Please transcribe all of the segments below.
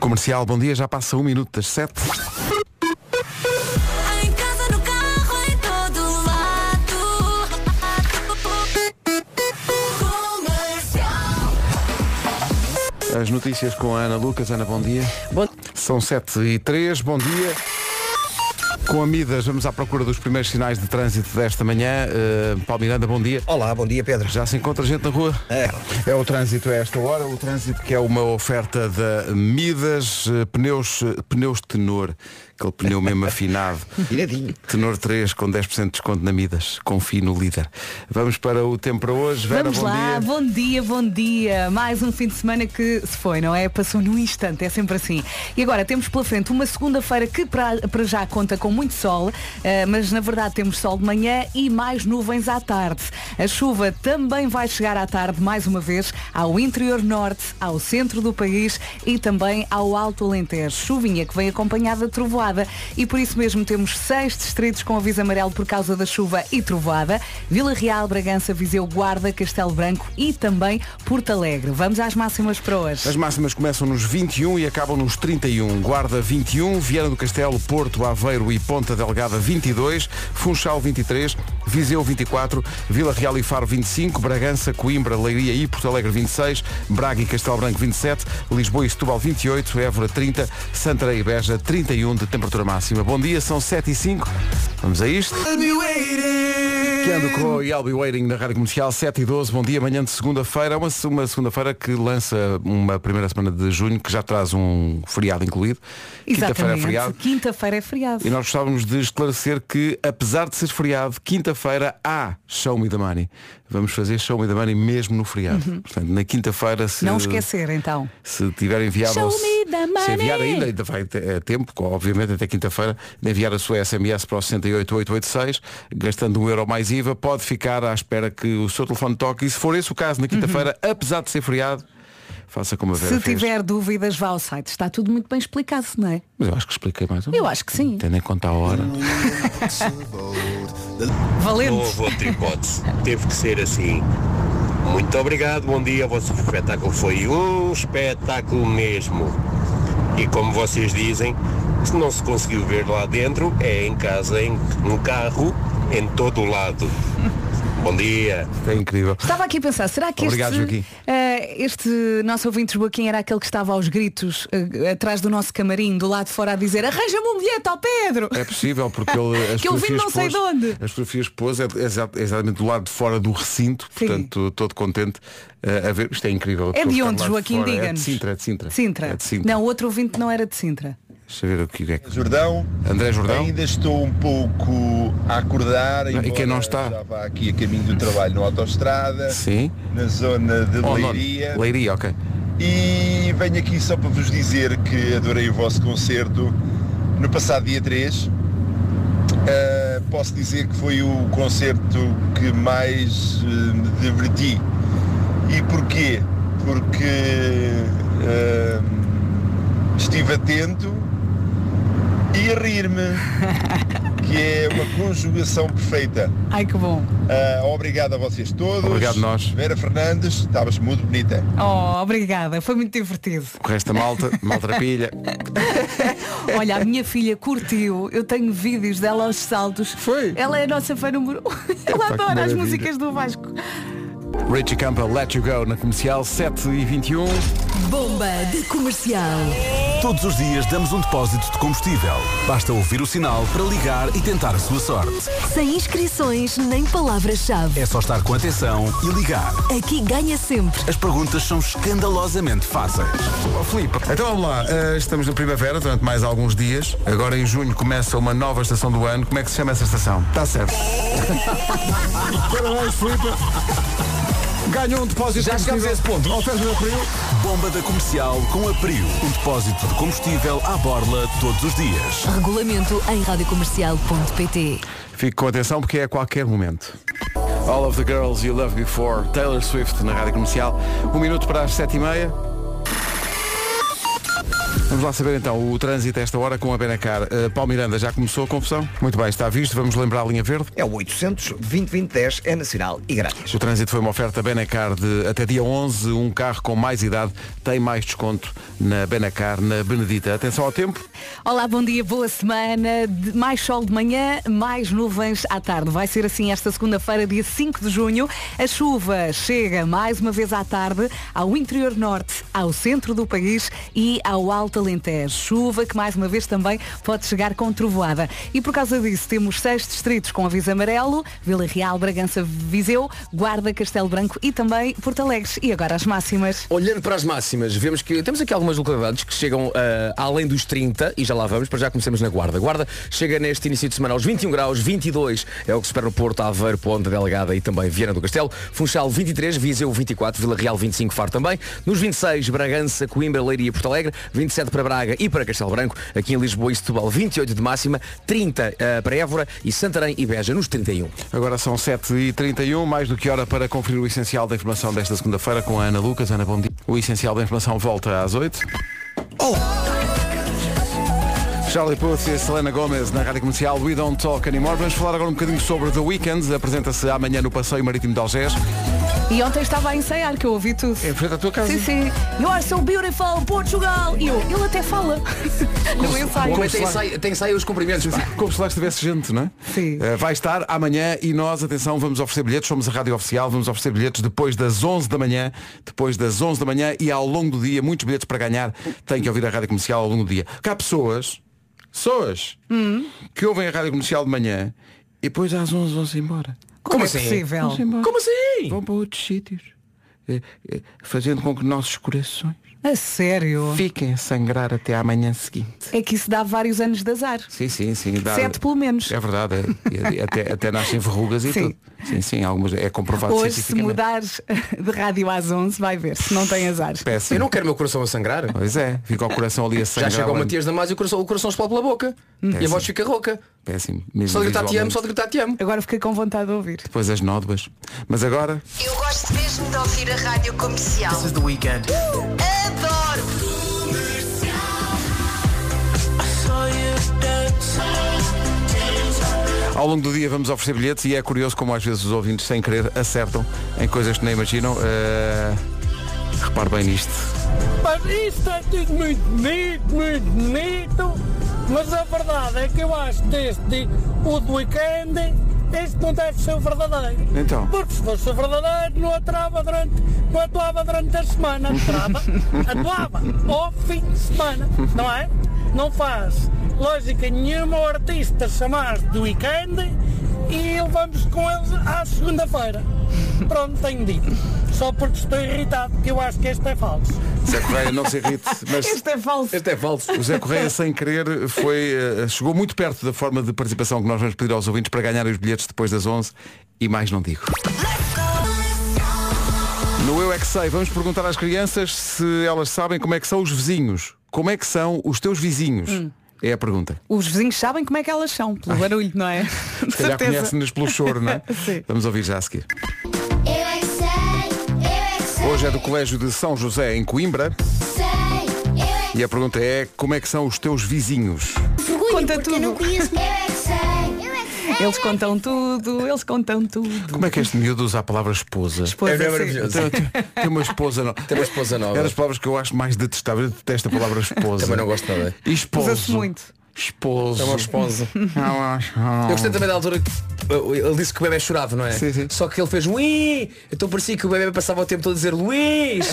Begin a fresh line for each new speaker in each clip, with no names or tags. Comercial, bom dia, já passa um minuto das sete.
Tá Em casa, no carro, em todo lado.
As notícias com a Ana Lucas. Ana, bom dia.
Bom-
São sete e três, bom dia. Com a Midas, vamos à procura dos primeiros sinais de trânsito desta manhã. Eh, Paulo Miranda, bom dia.
Olá, bom dia Pedro.
Já se encontra gente na rua?
É.
É o trânsito a esta hora, o trânsito que é uma oferta da Midas, eh, pneus, eh, pneus tenor, aquele pneu mesmo afinado.
Iradinho.
Tenor 3 com 10% de desconto na Midas. Confie no líder. Vamos para o tempo para hoje. Vera,
Vamos
bom
lá,
dia.
bom dia, bom dia. Mais um fim de semana que se foi, não é? Passou num instante, é sempre assim. E agora temos pela frente uma segunda-feira que para, para já conta com muito sol, eh, mas na verdade temos sol de manhã e mais nuvens à tarde. A chuva também vai chegar à tarde, mais uma vez, ao interior norte, ao centro do país e também ao Alto Alentejo. Chuvinha que vem acompanhada de trovoada e por isso mesmo temos seis distritos com aviso amarelo por causa da chuva e trovoada. Vila Real, Bragança, Viseu, Guarda, Castelo Branco e também Porto Alegre. Vamos às máximas para hoje.
As máximas começam nos 21 e acabam nos 31. Guarda 21, Viana do Castelo, Porto, Aveiro e Ponta Delgada 22, Funchal 23, Viseu 24, Vila Real e Faro 25, Bragança, Coimbra, Leiria e Porto Alegre 26, Braga e Castelo Branco 27, Lisboa e Setúbal 28, Évora 30, Santarém e Beja 31 de temperatura máxima. Bom dia, são 7 e 5. Vamos a isto. Keanu Crowe e I'll Be Waiting na Rádio Comercial 7 e 12, bom dia, manhã de segunda-feira, É uma, uma segunda-feira que lança uma primeira semana de junho que já traz um feriado incluído, quinta-feira é feriado,
Exatamente. Quinta-feira é feriado.
e nós gostávamos de esclarecer que apesar de ser feriado, quinta-feira há Show Me The Money, vamos fazer Show Me The Money mesmo no feriado, portanto na quinta-feira se...
Uhum. Não esquecer então.
Se tiver enviado
Show
ou
me
se,
the
se enviar
money.
ainda, ainda vai ter é, tempo, co- obviamente até quinta-feira, de enviar a sua SMS para o 68886, gastando um euro mais IVA, pode ficar à espera que o seu telefone toque e se for esse o caso na quinta-feira, apesar de ser feriado, faça como a Vera
Uhum. Se
fez.
tiver dúvidas, vá ao site. Está tudo muito bem explicado, não é?
Mas eu acho que expliquei mais ou
Eu
menos.
acho que sim.
Tendo em conta a hora.
Não
Valente.
houve outra hipótese. Teve que ser assim. Muito obrigado, bom dia. O vosso espetáculo foi um espetáculo mesmo. E como vocês dizem, se não se conseguiu ver lá dentro, é em casa, em, no carro, em todo o lado. Bom dia.
É incrível.
Estava aqui a pensar, será que
Obrigado,
este,
Joaquim.
eh, este nosso ouvinte Joaquim era aquele que estava aos gritos eh, atrás do nosso camarim, do lado de fora, a dizer arranja-me um bilhete ao Pedro!
É possível, porque ele, as
Que eu vi
fotografias
não sei
pôs-
de onde.
As fotografias pôs é, é exa- é exatamente do lado de fora do recinto,
Sim.
portanto todo contente eh, a ver. Isto é incrível.
É de
Estou a
onde,
ficar lá de
Joaquim?
fora. É de
Diga-nos.
Sintra, é de Sintra.
Sintra.
É de Sintra.
Não, o outro ouvinte não era de Sintra.
Deixa eu ver o que é que.
Jordão.
André Jordão?
Ainda estou um pouco a acordar.
e quem
embora
não está?
Já vá aqui a caminho do trabalho na autoestrada,
Sim.
na zona de
Oh, não.
Leiria.
Leiria, ok.
E venho aqui só para vos dizer que adorei o vosso concerto no passado dia 3. Uh, posso dizer que foi o concerto que mais uh, me diverti. E porquê? Porque uh, estive atento e a rir-me, que é uma conjugação perfeita.
Ai que bom.
Uh, obrigado a vocês todos.
Obrigado nós.
Vera Fernandes, estavas muito bonita.
Oh, obrigada, foi muito divertido.
O resto da malta, maltrapilha.
Olha, a minha filha curtiu, eu tenho vídeos dela aos saltos.
Foi?
Ela é a nossa fã número um. Ela adora
que
as
maravilha.
músicas do Vasco.
Richie Campa, Let You Go na comercial 7 e 21.
Bomba de comercial.
Todos os dias damos um depósito de combustível. Basta ouvir o sinal para ligar e tentar a sua sorte.
Sem inscrições nem palavras-chave.
É só estar com atenção e ligar.
Aqui ganha sempre.
As perguntas são escandalosamente fáceis.
Oh, Filipe, então vamos lá. Eh, estamos na primavera durante mais alguns dias. Agora em junho começa uma nova estação do ano. Como é que se chama essa estação? Está certo. Parabéns, Filipe. Ganhou um depósito Já chegámos a esse ponto.
Bomba da comercial com a Prio. Um depósito de combustível à borla todos os dias.
Regulamento em radiocomercial.pt
Fique com atenção porque é a qualquer momento. All of the Girls You Love Before, Taylor Swift na Rádio Comercial. Um minuto para as sete e meia. Vamos lá saber então o trânsito a esta hora com a Benacar. Uh, Paulo Miranda, já começou a confusão? Muito bem, está visto, vamos lembrar a linha verde.
É o 800 2010 é nacional e grátis.
O trânsito foi uma oferta Benacar de até dia 11, um carro com mais idade tem mais desconto na Benacar, na Benedita. Atenção ao tempo.
Olá, bom dia, boa semana. De- mais sol de manhã, mais nuvens à tarde. Vai ser assim esta segunda-feira, dia 5 de junho. A chuva chega mais uma vez à tarde ao interior norte, ao centro do país e ao Alto Alentejo. Chuva que mais uma vez também pode chegar com trovoada. E por causa disso temos seis distritos com aviso amarelo, Vila Real, Bragança, Viseu, Guarda, Castelo Branco e também Porto Alegre. E agora as máximas.
Olhando para as máximas, vemos que temos aqui algumas localidades que chegam ah, além dos 30 e já lá vamos, para já começamos na Guarda. Guarda chega neste início de semana aos 21 graus, 22 é o que se espera no Porto, Aveiro, Ponta Delgada e também Viana do Castelo. Funchal 23, Viseu 24, Vila Real 25, Faro também. Nos 26, Bragança, Coimbra, Leiria e Porto Alegre. 27 para Braga e para Castelo Branco. Aqui em Lisboa e Setúbal 28 de máxima, 30 ah, para Évora e Santarém e um. Beja nos 31.
Agora são 7h31, mais do que hora para conferir o essencial da informação desta segunda-feira com a Ana Lucas. Ana, bom dia. O essencial da informação volta às 8. Oh! Charlie Puth e Selena Gomez na Rádio Comercial We Don't Talk Anymore. Vamos falar agora um bocadinho sobre The Weeknd. Apresenta-se amanhã no Passeio Marítimo de Algés.
E ontem estava a ensaiar, que eu ouvi tudo.
Em É frente à tua casa.
Sim, sim. You are so beautiful, Portugal. E eu, ele até fala. No ensaio.
Como é se lá-
tem ensaio os cumprimentos, pá.
Como se lá estivesse gente, não é?
Sim.
Eh, vai estar amanhã e nós, atenção, vamos oferecer bilhetes, somos a Rádio Oficial, vamos oferecer bilhetes depois das 11 da manhã, depois das 11 da manhã e ao longo do dia, muitos bilhetes para ganhar, tem que ouvir a Rádio Comercial ao longo do dia. Porque há pessoas, pessoas,
Hum.
que ouvem a Rádio Comercial de manhã e depois às 11 vão-se embora.
Como, é
assim?
possível?
Vão-se embora.
Como assim?
Vão para outros sítios, eh, eh, fazendo com que nossos corações
A sério.
fiquem a sangrar até à manhã seguinte.
É que isso dá vários anos de azar.
Sim, sim, sim. dá-
Sete pelo menos.
é verdade, é. E até, até nascem verrugas e
Sim.
tudo. Sim, sim, algumas é comprovado
Hoje, se
cientificamente.
mudares de rádio às 11, vai ver se não tem azar.
Péssimo.
Eu não quero o meu coração a sangrar.
Pois é, fica o coração ali a
Já
sangrar.
chega o
lá.
Matias Damas e o coração, o coração explode pela boca. E a voz fica rouca.
Péssimo. Mesmo
Só de gritar te amo,
Hum, visualmente.
só de gritar te amo.
Agora fiquei com vontade de ouvir.
Depois as nódoas. Mas agora,
Eu gosto mesmo de ouvir a rádio comercial.
This is the weekend.
Adoro!
ao longo do dia vamos oferecer bilhetes e é curioso como às vezes os ouvintes, sem querer, acertam em coisas que nem imaginam. Eh, Repare bem nisto.
Mas isto é tudo muito bonito, muito bonito. Mas a verdade é que eu acho que este, o do weekend, este não deve ser o verdadeiro.
Então.
Porque se fosse o verdadeiro, não atuava durante, não atuava durante a semana. Atuava, atuava ao fim de semana, não é? Não faz lógica nenhuma o artista chamar do weekend e levamos com eles à segunda-feira. Pronto, tenho dito. Só porque estou irritado, que eu acho que este é falso.
Zé Correia, não se irrite, mas
Isto é falso.
Este é falso.
O Zé Correia, sem querer, foi, eh, chegou muito perto da forma de participação que nós vamos pedir aos ouvintes para ganharem os bilhetes depois das 11 e mais não digo. No Eu É Que Sei, vamos perguntar às crianças se elas sabem como é que são os vizinhos. Como é que são os teus vizinhos? É a pergunta.
Os vizinhos sabem como é que elas são, pelo barulho, não é? De
Se calhar conhecem-nos pelo choro, não é?
Sim.
Vamos ouvir já a seguir.
Eu é que sei, eu é que sei.
Hoje é do Colégio de São José, em Coimbra,
Sei, eu é que
e a pergunta é como é que são os teus vizinhos?
Conta tudo.
sei. Eu é que sei, eu é que sei.
Eles contam tudo, eles contam tudo.
Como é que este miúdo usa a palavra esposa?
Pois
É, não é
assim.
maravilhoso?
Tem, tem- tem uma esposa nova.
Tem uma esposa nova.
É das palavras que eu acho mais detestável. Eu detesto a palavra esposa.
Também não gosto nada.
E Esposo.
Usa-se muito.
Esposo.
esposa.
Ah, ah, ah.
Eu gostei também da altura que uh, ele disse que o bebê chorava, não é?
Sim, sim.
Só que ele fez um i, então parecia que o bebê passava o tempo todo a dizer Luís.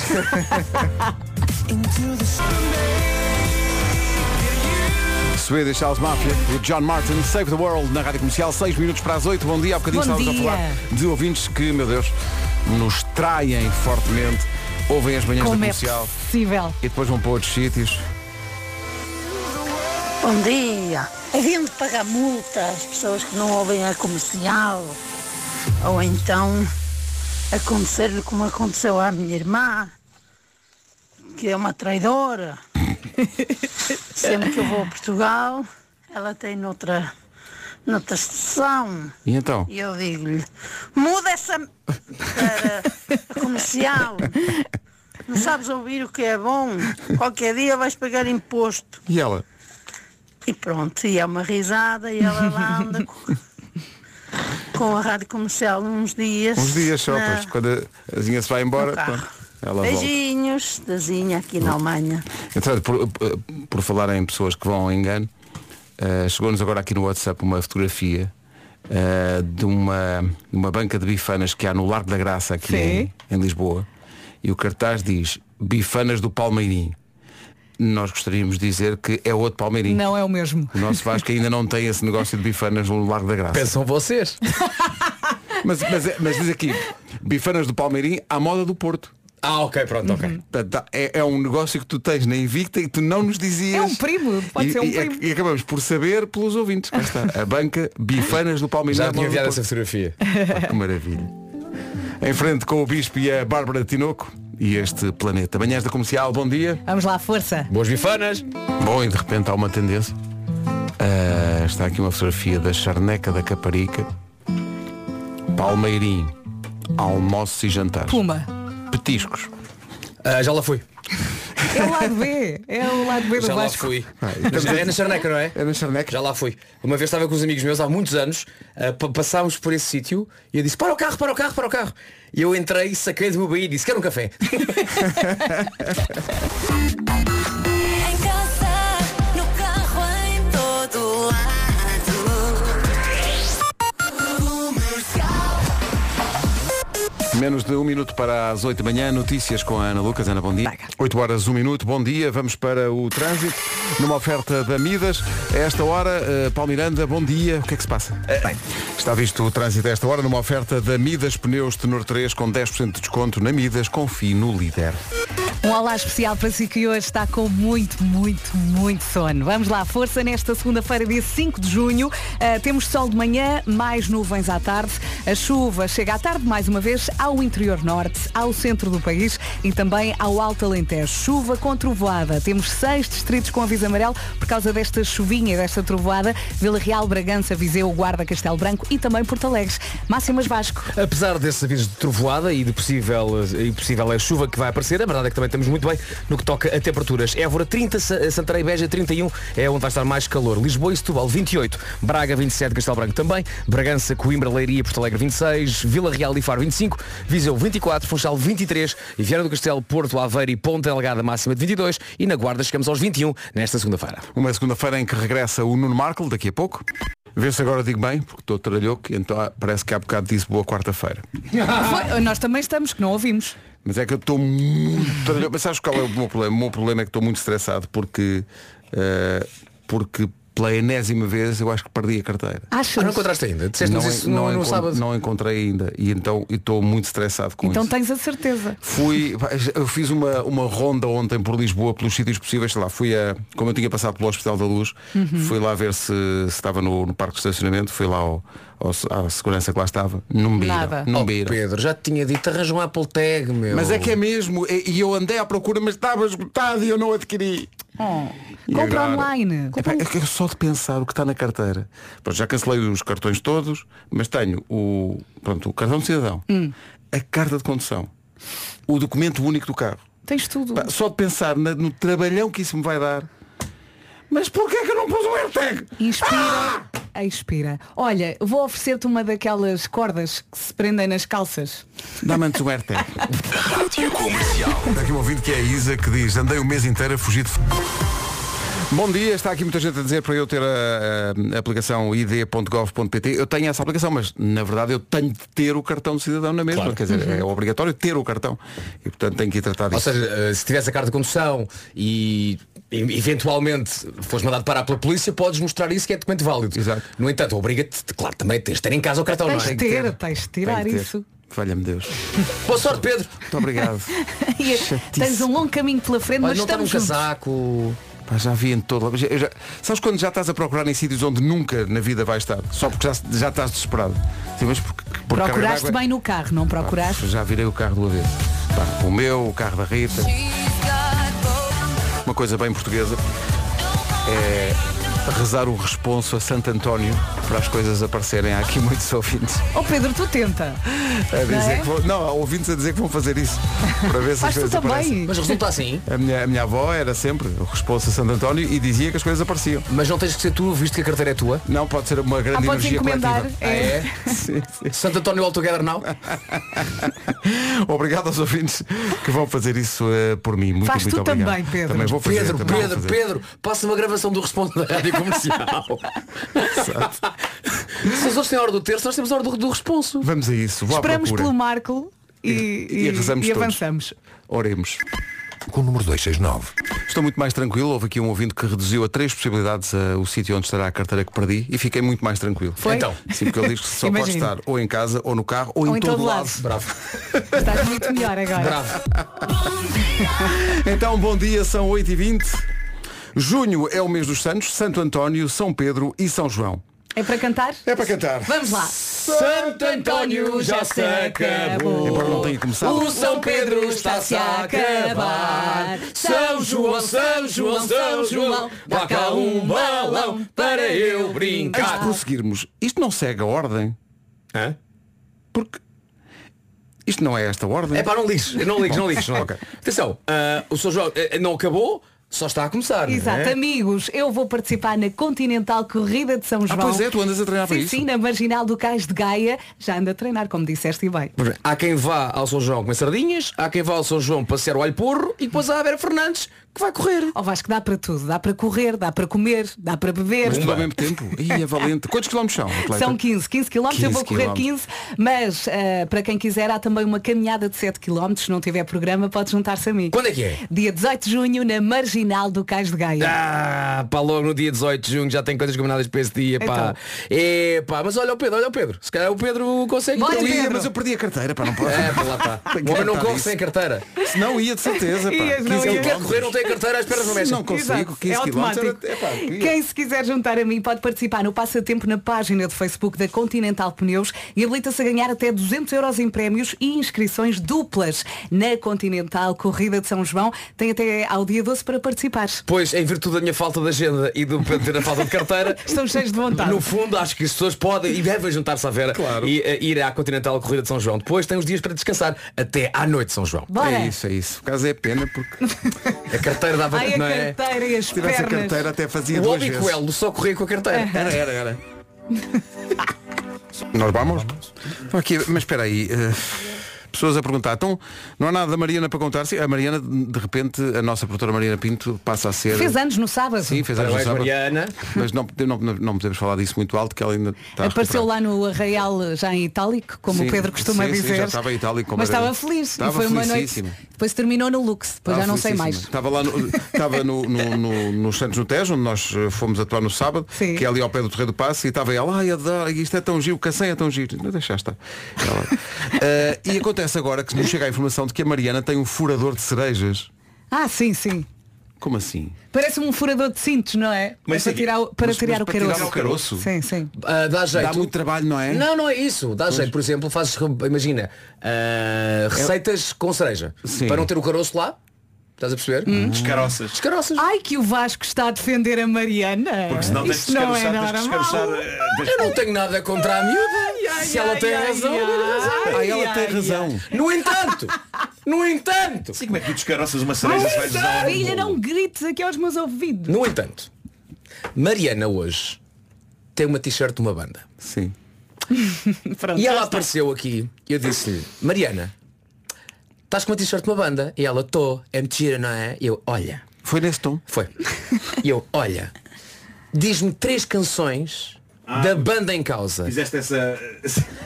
Swedish House Mafia e John Martin, Save the World na Rádio Comercial, 6 minutos para as 8. Bom dia, há bocadinho
Bom
estávamos a
dia.
falar de ouvintes que, meu Deus, nos traem fortemente, ouvem as manhãs
Como
da
é
comercial
possível?
e depois vão para outros sítios.
Bom dia. Haviam de pagar multa às pessoas que não ouvem a comercial. Ou então acontecer como aconteceu à minha irmã, que é uma traidora. Sempre que eu vou a Portugal, ela tem noutra, noutra estação.
E então?
E eu digo-lhe, muda essa m- para a comercial. Não sabes ouvir o que é bom. Qualquer dia vais pagar imposto.
E ela?
E pronto, e é uma risada, e ela lá anda com, com a rádio comercial uns dias.
Uns dias só,
na-
pois. Quando a Zinha se vai embora,
no carro.
pronto, ela volta.
Beijinhos, Dazinha, aqui na Alemanha.
Entretanto, por, eh, por falar em pessoas que vão ao engano, eh, chegou-nos agora aqui no WhatsApp uma fotografia eh, de uma, de uma banca de bifanas que há no Largo da Graça aqui em, em Lisboa. E o cartaz diz Bifanas do Palmeirim. Nós gostaríamos de dizer que é outro Palmeirim.
Não é o mesmo.
O nosso Vasco ainda não tem esse negócio de bifanas no Largo da Graça.
Pensam vocês.
Mas, mas- mas diz aqui, bifanas do Palmeirim à moda do Porto.
Ah, ok, pronto, ok.
Portanto, tá- É, é um negócio que tu tens na Invicta e tu não nos
É
dizias.
um primo, pode
e,
ser um
e-
primo.
e acabamos por saber pelos ouvintes. Cá está. A banca Bifanas do Palmeiras.
Já tinha enviado essa fotografia.
Que maravilha. Em frente com o Bispo e a Bárbara Tinoco e este planeta. Manhãs da Comercial, bom dia.
Vamos lá, força.
Boas bifanas.
Bom, e de repente há uma tendência. Ah, está aqui uma fotografia da charneca da Caparica. Palmeirim. Almoços e jantares.
Puma.
Petiscos.
Ah, já lá fui.
É o lado B. É o lado B do
Já lá
Vasco.
fui. É na Charneca, não é?
É na charneca.
Já lá fui. Uma vez estava com uns amigos meus há muitos anos, ah, pa- passámos por esse sítio e eu disse, para o carro, para o carro, para o carro. E eu entrei, saquei do meu BI e disse, quero um café.
Em casa, no carro, em todo lado.
Menos de um minuto para as 8 da manhã, notícias com a Ana Lucas. Ana, bom dia. 8 horas, um minuto, bom dia. Vamos para o trânsito, numa oferta da Midas. A esta hora, eh, Paulo Miranda, bom dia. O que é que se passa? Bem, está visto o trânsito a esta hora, numa oferta da Midas Pneus Tenor 3, com 10% de desconto na Midas. Confie no líder.
Um olá especial para si que hoje está com muito, muito, muito sono. Vamos lá, força nesta segunda-feira, dia 5 de junho. Ah, temos sol de manhã, mais nuvens à tarde. A chuva chega à tarde, mais uma vez, ao interior norte, ao centro do país e também ao Alto Alentejo. Chuva com trovoada. Temos seis distritos com aviso amarelo por causa desta chuvinha, desta trovoada. Vila Real, Bragança, Viseu, Guarda, Castelo Branco e também Porto Alegre. Máximas Vasco.
Apesar desses avisos de trovoada e de possível, e possível a chuva que vai aparecer, a verdade é que também estamos muito bem no que toca a temperaturas. Évora 30, Sa- Santarém e Beja 31 é onde vai estar mais calor. Lisboa e Setúbal 28, Braga 27, Castelo Branco também, Bragança, Coimbra, Leiria, e Porto Alegre 26, Vila Real e Faro 25, Viseu 24, Funchal 23 e Viana do Castelo, Porto, Aveiro e Ponta Delgada máxima de 22 e na Guarda chegamos aos 21 nesta segunda-feira.
Uma segunda-feira em que regressa o Nuno Markle, daqui a pouco. Vê se agora digo bem, porque estou tralhoco, então ah, parece que há bocado disse boa quarta-feira.
Foi- nós também estamos, que não ouvimos.
Mas é que eu estou muito. tralhoco. Mas sabes qual é o meu problema? O meu problema é que estou muito estressado porque. eh, porque pela enésima vez eu acho que perdi a carteira.
Ah,
Achas?
não encontraste ainda? Disseste-nos isso no, no
encon-
sábado. tá-
não encontrei ainda. E então e estou muito estressado com
então
isso.
tens a certeza.
Fui, eu fiz uma, uma ronda ontem por Lisboa, pelos sítios possíveis, sei lá, fui a, como eu tinha passado pelo Hospital da Luz,
Uhum.
fui lá ver se, se estava no, no parque de estacionamento, fui lá ao, ao- à segurança que lá estava, não me viram,
Nada.
não
Oh,
me viram.
Pedro, já te tinha dito, arranja um Apple Tag, meu.
Mas é que é mesmo, e e eu andei à procura, mas estava esgotado e eu não adquiri.
Oh,
E
compra
agora?
online.
Epá, é que eu só de pensar o que está na carteira. Pronto, já cancelei os cartões todos, mas tenho o, pronto, o cartão de cidadão, a carta de condução, o documento único do carro.
Tens tudo.
Pá, Só de pensar na- no trabalhão que isso me vai dar. Mas porquê é que eu não pus o AirTag?
Inspira. Expira. Olha, vou oferecer-te uma daquelas cordas que se prendem nas calças.
Dá-me antes um AirTag.
Comercial.
Daqui um ouvinte que é a Isa que diz, andei o mês inteiro a fugir de... Bom dia, está aqui muita gente a dizer para eu ter a, a aplicação id.gov.pt. Eu tenho essa aplicação, mas na verdade eu tenho de ter o cartão de cidadão na mesma. Quer
Uhum.
dizer, é obrigatório ter o cartão. E portanto tenho que ir tratar
Ou
disso.
seja, eh, se tivesse a carta de condução e e- eventualmente fores mandado parar pela polícia, podes mostrar isso que é documento válido.
Exato.
No entanto, obriga-te, claro, também tens de ter em casa o cartão, não
tens de
é?
ter, tens de tirar
Tenho de ter.
isso.
Valha-me Deus.
Boa sorte, Pedro!
Muito obrigado.
E tens
Chatice.
um longo caminho pela frente,
Olha,
mas
não está num
estamos juntos.
casaco.
Pá, já vi em todo lado. Eu já- Sabes quando já estás a procurar em sítios onde nunca na vida vais estar? Só porque já, já estás desesperado. Sim, mas porque, porque é carga
Procuraste
d'água-
bem no carro, não
Pá,
procuraste?
Já virei o carro do avesso. Pá, o meu, o carro da Rita. Uma coisa bem portuguesa. É rezar o responso a Santo António para as coisas aparecerem. Há aqui muitos ouvintes
Oh Pedro, tu tenta.
a dizer
Não é?
que vão, não, há ouvintes a dizer que vão fazer isso para ver se
Faz
as
tu
coisas
também. Ah,
aparecem.
Mas resulta
assim?
A minha, a minha avó era sempre o responso a Santo António e dizia que as coisas apareciam.
Mas não tens que ser tu, visto que a carteira é tua?
Não, pode ser uma grande
Ah, podes
energia
encomendar,
coletiva.
é. Santo António All Together Now?
Obrigado aos ouvintes que vão fazer isso eh, por mim. Muito,
Faz
muito
tu
obrigado.
também, Pedro.
Também vou fazer,
Pedro,
também vou
Pedro,
fazer.
Pedro, passa uma gravação do responde da rádio comercial. Se os outros têm a hora do terço, nós temos a hora do, do responso.
Vamos a isso. Vou
Esperamos
à procura.
pelo Marco e,
E- e rezamos todos.
avançamos.
Oremos. Com o número 269. Estou muito mais tranquilo. Houve aqui um ouvinte que reduziu a três possibilidades uh, o sítio onde estará a carteira que perdi e fiquei muito mais tranquilo.
Foi? Então.
Sim, porque ele diz que só pode
Imagino.
estar ou em casa, ou no carro, ou, em, todo, lado.
Bravo.
Estás muito melhor agora.
Bravo.
Então, bom dia, são 8h20. Junho é o mês dos santos, Santo António, São Pedro e São João.
É para cantar?
É para cantar.
Vamos lá.
Santo António já se acabou.
Embora não tenha começado.
O São Pedro está-se a acabar. São João, São João, São João, dá cá um balão para eu
Antes de
brincar.
prosseguirmos, isto não segue a ordem?
Hã?
Porque isto não é esta ordem.
É pá, não lixes, não lixes, não é? lixes. Não. Atenção, ah, o São João eh, não acabou, só está a começar. não é?
Exato, amigos, eu vou participar na Continental Corrida de
Ah,
São João.
pois é, tu andas a treinar
sim,
para isso.
Sim, na Marginal do Cais de Gaia, já ando a treinar, como disseste e bem.
Pois bem, Há quem vá ao São João comer sardinhas, há quem vá ao São João passear o alho porro e depois há a Vera Fernandes que vai correr.
Ou vais que dá para tudo, dá para correr, dá para comer, dá para beber.
Mas tudo ao mesmo tempo. Ih, é valente. Quantos quilómetros são? atleta?
São 15, 15 km, eu vou
15
correr 15, mas eh, para quem quiser há também uma caminhada de 7 km, se não tiver programa pode juntar-se a mim.
Quando é que é?
Dia 18 de junho na Marginal do Cais de Gaia.
Ah, pá, logo no dia 18 de junho já tem coisas combinadas para esse dia, pá.
Então.
É, pá, mas olha o Pedro, olha o Pedro. Se calhar o Pedro consegue
Bora,
correr.
Pedro. Mas eu perdi a carteira, pá, não posso.
É, pá, lá tá.
Tenho
O
que
homem não
tratar
corre
disso.
sem carteira.
Se não ia de certeza, pá.
Ias, não ias.
15
Ele quer
quilómetros.
correr, não tem carteira, as pernas não mexem.
Não consigo,
Exato,
15
é
quilómetros.
automático.
era- é pá, queria.
Quem se quiser juntar a mim pode participar no passatempo na página do Facebook da Continental Pneus e habilita-se a ganhar até 200 euros em prémios e inscrições duplas na Continental Corrida de São João. Tem até ao dia 12 para participar.
Pois, em virtude da minha falta de agenda e do Pedro ter a falta de carteira,
Estão cheios de vontade.
No fundo, acho que as pessoas podem e devem juntar-se à Vera e eh, ir à Continental Corrida de São João. Depois tem os dias para descansar até à noite de São João.
Bora.
É isso, é isso. O caso é pena porque
A carteira dava
Ai, a
não é?
carteira e as
se tivesse a
pernas.
carteira até fazia
O
duas
Obi
vezes.
Coelho só corria com a carteira.
Era, era, era. Nós vamos? Então aqui, mas espera aí. eh, pessoas a perguntar, então não há nada da Mariana para contar? Sim, a Mariana, de repente, a nossa produtora Mariana Pinto passa a ser.
Fez anos no sábado.
Sim, fez anos no
Parabéns,
sábado.
Mariana.
Mas não, não, não podemos falar disso muito alto, que ela ainda está a
Apareceu
recuperar.
lá no Arraial já em itálico, como
Sim,
o Pedro costuma
sim, sim,
dizer.
já estava em itálico, como
Mas
era-
estava feliz.
Estava
e foi uma noite.
felicíssimo.
Depois terminou no Lux. Depois já
Ah,
não sei
felicíssima.
mais.
Estava lá no, estava no, no, no, nos Santos no Tejo, onde nós eh, fomos atuar no sábado,
Sim.
que é ali ao pé do Terreiro do Passo, e estava ela, ai, adoro, isto é tão giro, cansei é tão giro. Não deixar estar. Ela- Eh, e acontece agora que nos chega a informação de que a Mariana tem um furador de cerejas.
Ah, sim, sim.
Como assim?
Parece-me um furador de cintos, não é?
Mas
para
sim,
tirar, o- para
mas-
tirar
mas
o
para
caroço.
tirar o caroço?
Sim, sim.
Ah, dá jeito.
Dá muito trabalho, não é?
Não, não é isso. Dá jeito. Por exemplo, fazes, imagina,
É
ah, receitas com cereja.
Sim.
Para não ter o caroço lá. Estás a perceber?
Hum.
Descaroças.
Descaroças.
Ai, que o Vasco está a defender a Mariana.
Porque senão tens
Isso
de
não é
descaroçar, tens de descaroçar.
normal.
eh, tens-
Eu não tenho nada contra a miúda.
ai,
Se ela
ai,
tem
ai,
razão,
ai,
tem razão.
Ah, ela tem
ai,
razão.
No entanto, no entanto,
Sim, como é que tu descaroças uma cereja se vais usar?
Filha, não grites aqui aos meus ouvidos.
no entanto, Mariana hoje tem uma t-shirt de uma banda.
Sim.
Pronto,
E
já
ela
está.
apareceu aqui e eu disse-lhe, Mariana, estás com uma t-shirt de uma banda? E ela, estou, é mentira, não é? E eu, olha,
Foi nesse tom.
foi. E eu, olha, diz-me três canções da banda em causa.
Ah, Fizeste essa.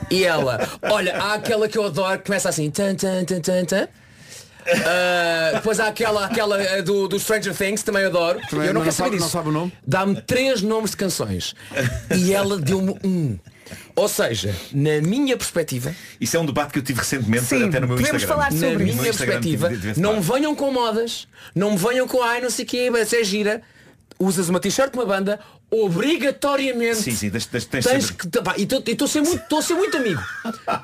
E ela, olha, há aquela que eu adoro, que começa assim, tan, tan, tan, tan, tan. Ah, depois há aquela, aquela eh, do, do Stranger Things, também adoro.
Também,
eu não quero
mas não
saber
sabe-
disso.
não sabe o nome?
Dá-me três nomes de canções. E ela deu-me um. Ou seja, na minha perspectiva,
Isso é um debate que eu tive recentemente
Sim,
até no meu
podemos
Instagram.
na
falar sobre
é No meu
minha
Instagram
perspectiva,
tive- tive esse
não me
debate.
venham com modas, não me venham com ai não sei o quê, mas é gira. usas uma t-shirt com uma banda, obrigatoriamente.
Sim, sim, tens, tens, tens
Tens,
sempre-
que. Pá, e estou a ser muito, tô a ser muito amigo.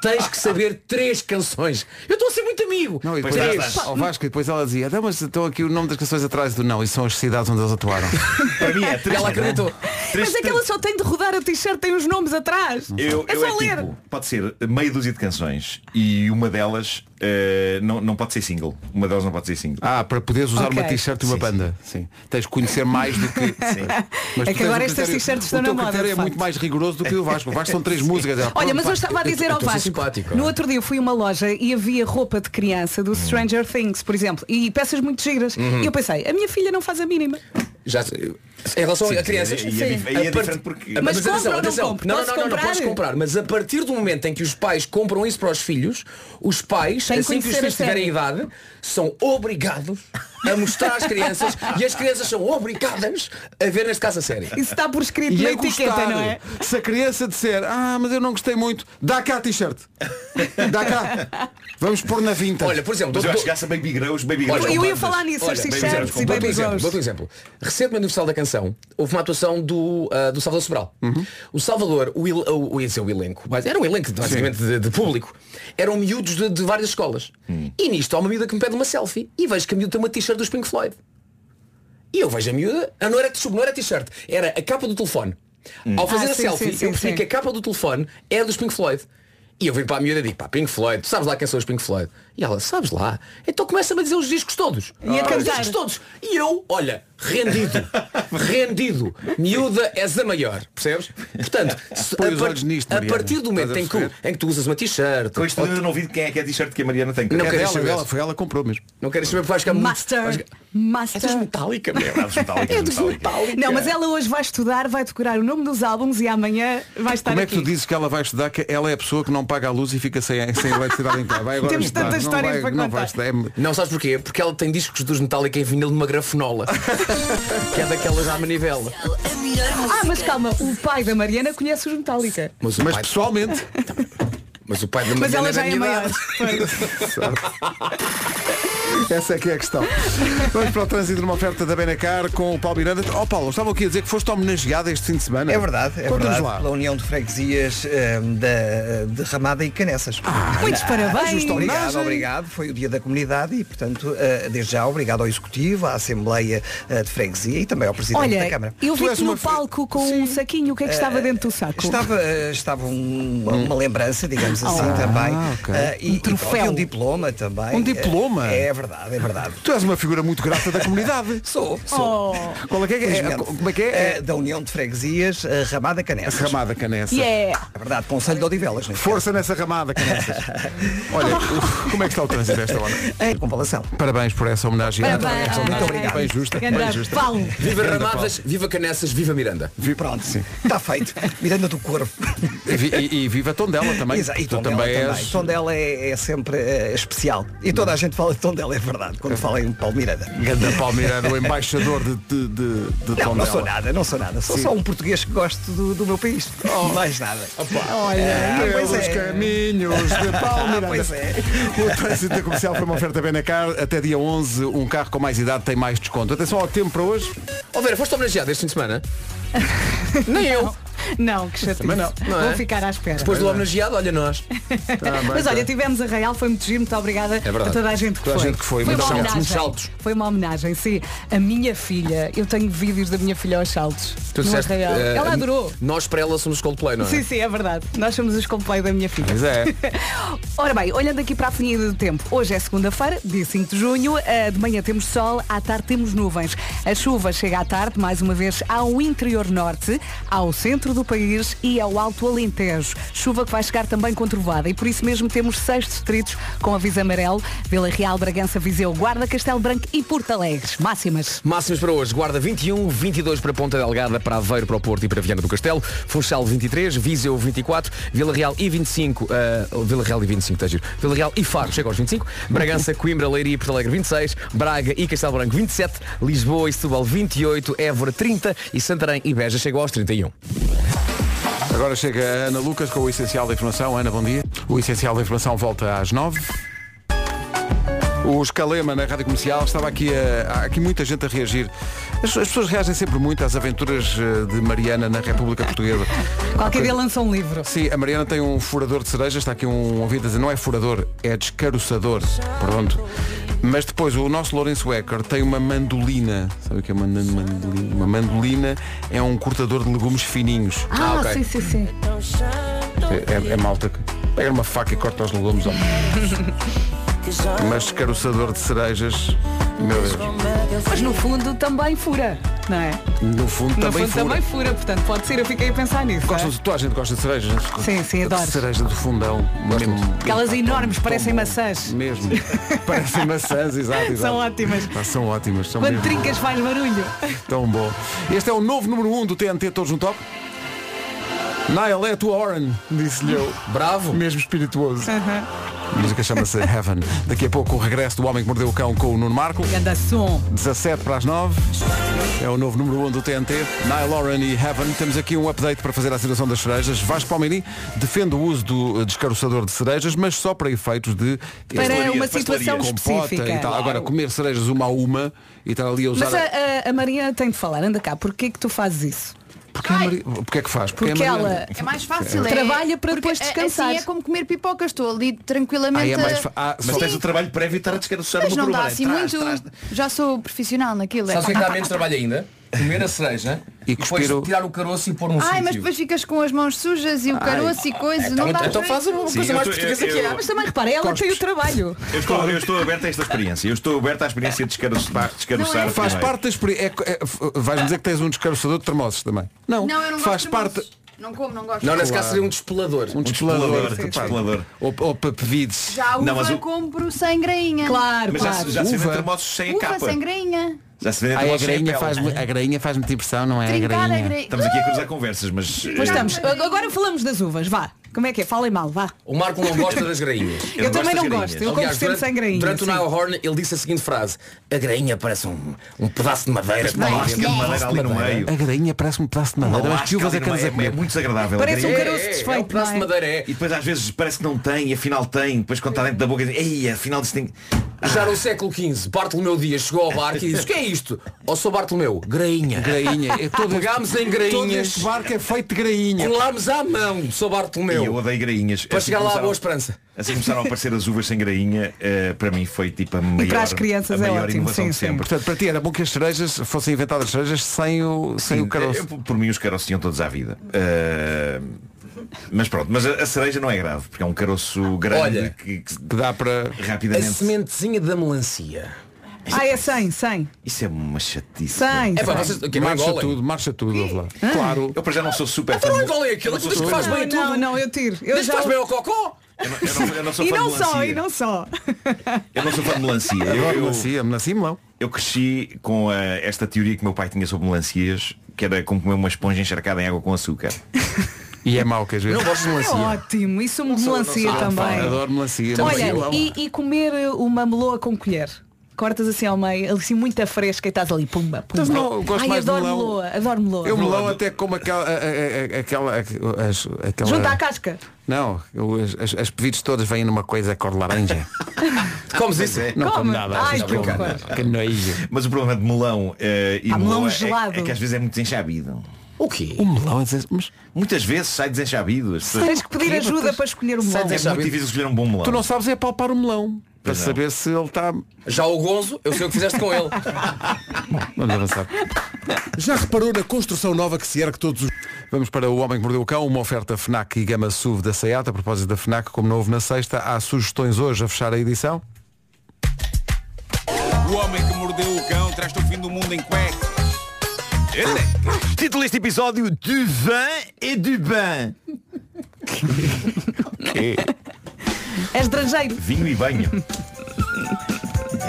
tens que saber três canções. Eu estou a ser muito amigo.
Não, e depois,
três.
Pá, ao Vasco, e depois ela dizia, não, mas estão aqui o nome das canções atrás do não, e são as cidades onde eles atuaram.
Para mim é três,
Ela
não é?
acreditou.
Três,
Mas é que ela só tem de rodar a t-shirt, tem os nomes atrás.
Eu,
é
eu
só
é
ler.
tipo, pode ser meia dúzia de canções e uma delas eh, não, não pode ser single. Uma delas não pode ser single.
Ah, para poderes usar
Ok.
uma t-shirt e uma banda. Sim. Tens que conhecer mais do que. Sim.
É que agora estas t-shirts estão
o teu
na moda,
um critério
de
é
facto.
muito mais rigoroso do que o Vasco. O Vasco são três músicas. Ela,
Olha,
pronto,
mas eu
pá,
estava a
eu-
dizer
eu
ao
estou a ser
Vasco.
simpático.
No outro dia eu fui a uma loja e havia roupa de criança do Stranger Things, por exemplo, e peças muito giras.
Uhum.
E eu pensei, a minha filha não faz a mínima.
Já, em relação
Sim,
a crianças,
e é- e é dif- e é diferente porque-
A
Mas
atenção,
compra ou não
atenção.
compra?
Não, não,
Posso
não, não,
comprar?
podes comprar. Mas a partir do momento em que os pais compram isso para os filhos, os pais,
Tem que
assim que os
conhecer
filhos
a série.
tiverem idade, são obrigados a mostrar às crianças e as crianças são obrigadas a ver neste caso a série.
Isso está por escrito
E
na
é
etiqueta,
gostar.
não é?
Se a criança disser, ah, mas eu não gostei muito, dá cá a t-shirt. Dá cá. Vamos pôr na vinta.
Olha, por exemplo,
Mas eu
dou-
acho que graça Baby Grows, Baby
Olha,
Grows.
eu
com
ia
bandas.
falar nisso,
Olha,
os
Baby
t-shirts
Grows com
Dou-te um
e
bandas.
Baby
exemplo,
Grows.
dou-te um exemplo. Recentemente no Festival da Canção houve uma atuação do, ah, do Salvador Sobral. O Salvador, o, il- o, o, esse é o elenco, mas era um elenco de- basicamente de, de público, eram miúdos de, de várias escolas. E nisto há uma miúda que me pede uma selfie e vejo que a miúda tem uma t-shirt dos Pink Floyd. E eu vejo a miúda, ah, não era, t- não era t-shirt, era a capa do telefone. Ao fazer
Ah,
a
sim,
selfie,
sim, sim,
eu percebi
sim.
que a capa do telefone era dos Pink Floyd. E eu vim para a miúda e digo, pá, Pink Floyd, tu sabes lá quem são os Pink Floyd? E ela, sabes lá? Então começa-me a dizer os discos todos.
E a
Os
cantar.
discos todos. E eu, olha, rendido, rendido, miúda és a maior, percebes? Portanto, se-
Põe os
par-
olhos nisto,
a
Mariana.
partir do momento em
Estás
que,
a
em que tu usas uma t-shirt,
Com isto
ou-
eu não ouvi de quem é que é a t-shirt que a Mariana tem.
Não
É
Foi
queres
dela.
ela,
saber.
ela, foi ela que comprou mesmo.
não queres saber porque vais ficar é muito- vais
Master.
ficar- És
Master.
metálica, meu.
É dos metálicos,
É
dos
dos
metálicos.
metálicos.
Não, mas ela hoje vai estudar, vai decorar o nome dos álbuns e amanhã vai estar
Como é que
Tá aqui.
tu dizes que ela vai estudar que ela é a pessoa que não paga a luz e fica sem, sem eletricidade em casa? Vai agora
Temos
estudar.
tantas
não
histórias
vai,
para
não vai
contar.
estudar. É-
Não sabes porquê? Porque ela tem discos dos Metallica em vinil de uma grafenola. que é daquelas à manivela.
A melhor
Ah, mas
música.
calma, o pai da Mariana conhece os Metallica.
Mas o
Mas
pai,
pessoalmente,
mas o pai da
Mas
Mariana
ela
é da
já é
minha
maior.
idade.
essa é que é a questão. Vamos para o trânsito numa oferta da Benacar com o Paulo Miranda. Ó Paulo, estavam aqui a dizer que foste homenageado este fim de semana.
É verdade, é
Conta-nos
verdade.
lá.
Pela União de Freguesias ehm, da de Ramada e Canessas.
Muitos parabéns.
justo.
Ah, Obrigado,
homenagem.
obrigado. Foi o dia da comunidade e, portanto, eh, desde já obrigado ao Executivo, à Assembleia eh, de Freguesia e também ao Presidente da
Olha,
Câmara. Eh,
eu
Tu és
vi-te no
uma fe-
palco com um saquinho, o que é que estava dentro do saco?
Estava, eh, estava um- uma, uma lembrança, digamos assim, também.
Ah, ok.
Eh, e,
Um
e pronto,
troféu.
e um diploma também.
Um diploma?
Eh, É verdade, é verdade.
Tu és uma figura muito grata da comunidade.
Sou,
Oh,
sou.
Qual é que é? é?
Felizmente.
Como é que é?
Eh, da União de Freguesias, eh, Ramada Canessas.
Ramada Canessa.
Yeah.
É verdade, Conselho de Odivelas, neste
Força nessa ramada, Canessas. Olha, como é que está o trânsito a esta hora?
caso. Em comparação.
Parabéns por essa homenagem.
Parabéns.
Essa homenagem
Muito
obrigado.
Bem justa. Bem
Ganda
justa.
Paulo.
Eh,
Viva Ramadas, viva Canessas, viva Miranda.
Vi-
Pronto,
Sim.
está feito. Miranda do Corvo.
E, vi- e, e viva Tondela também.
Exa-
que
e
tu
Tondela
também
também.
és-
Tondela é, é sempre eh, especial. E toda a gente fala de Tondela, é verdade, quando fala em Paulo Miranda.
Ganda Palmeirano, o embaixador de, de, de, de
Não,
Tondela.
não sou nada, não sou nada. Sou
Sim. Oh,
só um português que gosto do, do meu país. Mais nada.
Olha,
Ah, pois
pelos
é.
caminhos de Palmeirano.
Ah, pois é.
O trânsito da comercial foi uma oferta Benacar. Até dia 11, um carro com mais idade tem mais desconto. Atenção ao tempo para hoje.
Ó Oh, Vera, foste homenageada este fim de semana? Nem eu.
Não, que chatice.
Também não,
não é?
Vou ficar à espera.
Depois do homenageado, olha nós.
Mas olha, tivemos a Real, foi muito giro, muito obrigada
É verdade.
a toda a gente que
É Toda a
foi.
gente que foi,
foi
muitos
uma
saltos,
homenagem.
muitos saltos.
Foi uma homenagem, sim. A minha filha, eu tenho vídeos da minha filha aos saltos. no Arraial.
eh,
Ela adorou.
Nós para ela somos Coldplay, não é?
Sim, sim, é verdade. Nós somos os companheiros da minha filha.
Pois é.
Ora bem, olhando aqui para a avenida do tempo, hoje é segunda-feira, dia 5 de junho, eh, de manhã temos sol, à tarde temos nuvens. A chuva chega à tarde, mais uma vez, ao interior norte, ao centro do país e ao Alto Alentejo. Chuva que vai chegar também controlada e por isso mesmo temos seis distritos com aviso amarelo, Vila Real, Bragança, Viseu, Guarda, Castelo Branco e Porto Alegre. Máximas.
Máximos para hoje, Guarda 21, 22 para Ponta Delgada, para Aveiro, para o Porto e para Viana do Castelo, Funchal 23, Viseu 24, Vila Real e 25, eh, Vila Real e 25, está giro, Vila Real e Faro chega aos 25, Bragança, Coimbra, Leiria e Porto Alegre 26, Braga e Castelo Branco 27, Lisboa e Setúbal 28, Évora 30 e Santarém e um. Beja chegou aos 31.
Agora chega a Ana Lucas com o Essencial da Informação. Ana, bom dia. O Essencial da Informação volta às 9. O Escalema na Rádio Comercial estava aqui a, há aqui muita gente a reagir. As, as pessoas reagem sempre muito às aventuras eh, de Mariana na República Portuguesa.
Qualquer dia lança um livro.
Sim, a Mariana tem um furador de cerejas, está aqui um ouvido a dizer, não é furador, é descaroçador. Pronto. Mas depois o nosso Lourenço Wecker tem uma mandolina. Sabe o que é uma nan- mandolina? Uma mandolina é um cortador de legumes fininhos.
Ah, sim, sim, sim.
É, é- é malta que pega uma faca e corta os legumes. ó. Mas descaroçador de cerejas, meu Deus.
Mas no fundo também fura, não é?
No fundo
no
também
fundo
fura.
também fura, portanto pode ser, eu fiquei a pensar nisso.
Gostam
é?
de, toda a gente gosta de cerejas. não é?
Sim, sim, adoro.
Cereja do fundão. Mesmo,
Aquelas enormes, parecem maçãs.
mesmo. Parecem maçãs, exato, exato.
São ótimas.
Ah, são ótimas. São
Quando
mesmo
trincas faz barulho.
Tão bom. Este é o novo número 1 um do TNT, todos no top. Nile, é a tua Oren, disse-lhe eu. Bravo. Mesmo espirituoso. A música chama-se Heaven. Daqui a pouco o regresso do Homem que Mordeu o Cão com o Nuno Marco.
Ganda som.
17 para as 9. É o novo número 1 um do TNT. Nile Oren e Heaven. Temos aqui um update para fazer a situação das cerejas. Vasco Palmini defende o uso do eh, descaroçador de cerejas, mas só para efeitos de...
Para Pastelaria, uma situação
Compota
específica.
E tal. Agora, comer cerejas uma a uma e estar ali a usar...
Mas
a-
a, a, a Mariana tem de falar, anda cá, porquê que tu fazes isso?
Porque, a Mari- porque é que faz?
Porque,
a Mariana-
ela
É mais fácil, é.
Trabalha para
porque
depois
a-
descansar.
Assim é como comer pipocas, estou ali
Ah,
tranquilamente.
é mais fa- ah, mas
Sim,
tens o trabalho prévio e estar a descansar
mas
no
não dá
trabalho.
assim muito. Já sou profissional naquilo. é.
Sabes o que é que dá menos trabalho ainda? Comer a cereja e depois tirar o caroço e pôr num
Ai, mas
é sítio.
depois ficas com as mãos sujas e o
Ai.
caroço e coisa.
Então-
não dá
então faz
um-
uma
Sim, coisa eu mais tô- portuguesa eu- que há. eu-
Mas também repara, ela tem o
Uhum.
trabalho.
Eu estou, eu estou aberto a esta experiência. Eu estou aberto à experiência de descaroçar. descaroçar
Faz
primeiro.
parte da experiência. É, é, vais dizer que tens um descaroçador de termossos também. Não,
Não, eu não gosto
faz
de
parte.
moços. Não como, não gosto.
Não, nesse caso seria um despelador.
Um despelador.
despelador,
Sim,
um
sim.
despelador.
Ou, ou papevides.
Já a uva
Não, mas o-
compro sem grainha. Claro,
Mas já, se- já se vende termossos sem a
Uva
capa.
sem grainha.
Já se vende
Ai, a
termossos sem
grainha
a
faz
pele.
mu- a grainha faz muita impressão, não é? A
Trincar a
grainha.
grainha.
Estamos aqui a cruzar conversas, mas.
Pois
eh,
estamos. Agora falamos das uvas, vá. Como é que é? Falem mal, vá.
O Marco não gosta das grainhas.
Eu Eu não também gosto não das gosto. grainhas. Eu como
Aliás,
sempre
durante-
sem grainha,
Durante o
sim.
Nile Horn ele disse a seguinte frase. A grainha parece um, um pedaço de madeira. que
Uma
está
lasca
dentro.
de madeira ali no meio.
A grainha parece um pedaço de madeira,
Uma
mas que
lasca
uvas
ali
é que
no
andas a
meio, é
comer?
muito desagradável.
Parece um
É,
caroço
é, é,
desfeito,
É um pedaço de
não é?
madeira, é.
E depois às vezes parece que não tem, e afinal tem, depois quando está dentro da boca, ei, afinal disso tem.
Já no século XV, Bartolomeu Dias chegou ao barco e disse, o que é isto? Ou sou Bartolomeu? Grainha.
Grainha. É todo este-
Pegámos em
Todo
grainhas,
este barco é feito de grainha.
colámos à mão, sou
E eu
Bartolomeu.
odeio grainhas.
Para chegar lá à
começaram-
Boa Esperança.
Assim começaram a aparecer as uvas sem grainha, eh, para mim foi tipo a maior,
as crianças
a
é
maior
ótimo,
inovação
sim,
de
sim.
sempre.
Portanto, para ti era bom que as cerejas fossem inventadas cerejas sem o, sem
Sim,
o caroço.
eu, por mim os caroços tinham todos à vida. Eh, mas pronto, mas a, a cereja não é grave, porque é um caroço grande
Olha.
que, que se-
Que dá para.
A
rapidamente.
sementezinha da melancia.
Ah, é 100, 100.
Isso é uma chatice.
100.
É pá, vocês... Que não
Marcha
engolem.
tudo, marcha tudo, ouve lá.
Ah.
Claro.
Eu para já não é? sou super
Então
fã.
não
de-
engolem aquilo, tu dizes que faz bem a
Não, não,
tudo.
não, eu tiro. Eu
Mas
já...
faz bem ao cocó.
Eu não, eu não- eu não sou
E
fã
não só,
de melancia.
e não só.
Eu não sou fã de melancia. Eu,
Agora,
eu-
melancia, melancia e melão.
eu cresci com a- esta teoria que meu pai tinha sobre melancias, que era como comer uma esponja encharcada em água com açúcar.
E é mau que às vezes.
Não gosto de
É
melancia.
ótimo. Isso me melancia também.
Adoro melancia.
Olha,
melancia.
e, e comer uma meloa com colher? Cortas assim ao meio, assim muita fresca e estás ali, pumba, pumba.
Mas
Então,
não, eu gosto
Ai,
mais de
adoro
melão.
meloa, adoro meloa.
Eu melão até como aquela. a- a- a- aquela, a- as- aquela
Junta à casca.
Não, eu- as, as, as pedidos todas vêm numa coisa cor de laranja.
Comes isso?
é.
Não
Come.
como nada.
Ai,
não
que
como
horror.
nada. Que nojo.
Mas o problema de melão eh, e
Pá, melão
meloa é-
gelado.
É, que às vezes é muito desenchabido.
O quê?
O melão é dizer, mas
Muitas vezes sai desenchabido. As pessoas-
Tens que pedir ajuda para escolher o melão.
É muito difícil escolher um bom melão.
tu não sabes é palpar o melão. Para
Pois não.
saber se ele tá- está.
Já o Gonzo, eu sei o que fizeste com ele.
Vamos avançar. Já reparou na construção nova que se ergue todos os. Vamos para o Homem que Mordeu o Cão, uma oferta FNAC e Gama SUV da SEAT. A propósito da FNAC, como não houve na sexta, há sugestões hoje a fechar a edição.
O homem que mordeu o cão traz-te o fim do mundo em cueca.
Título deste episódio Du vin et du bain
É estrangeiro.
Vinho e banho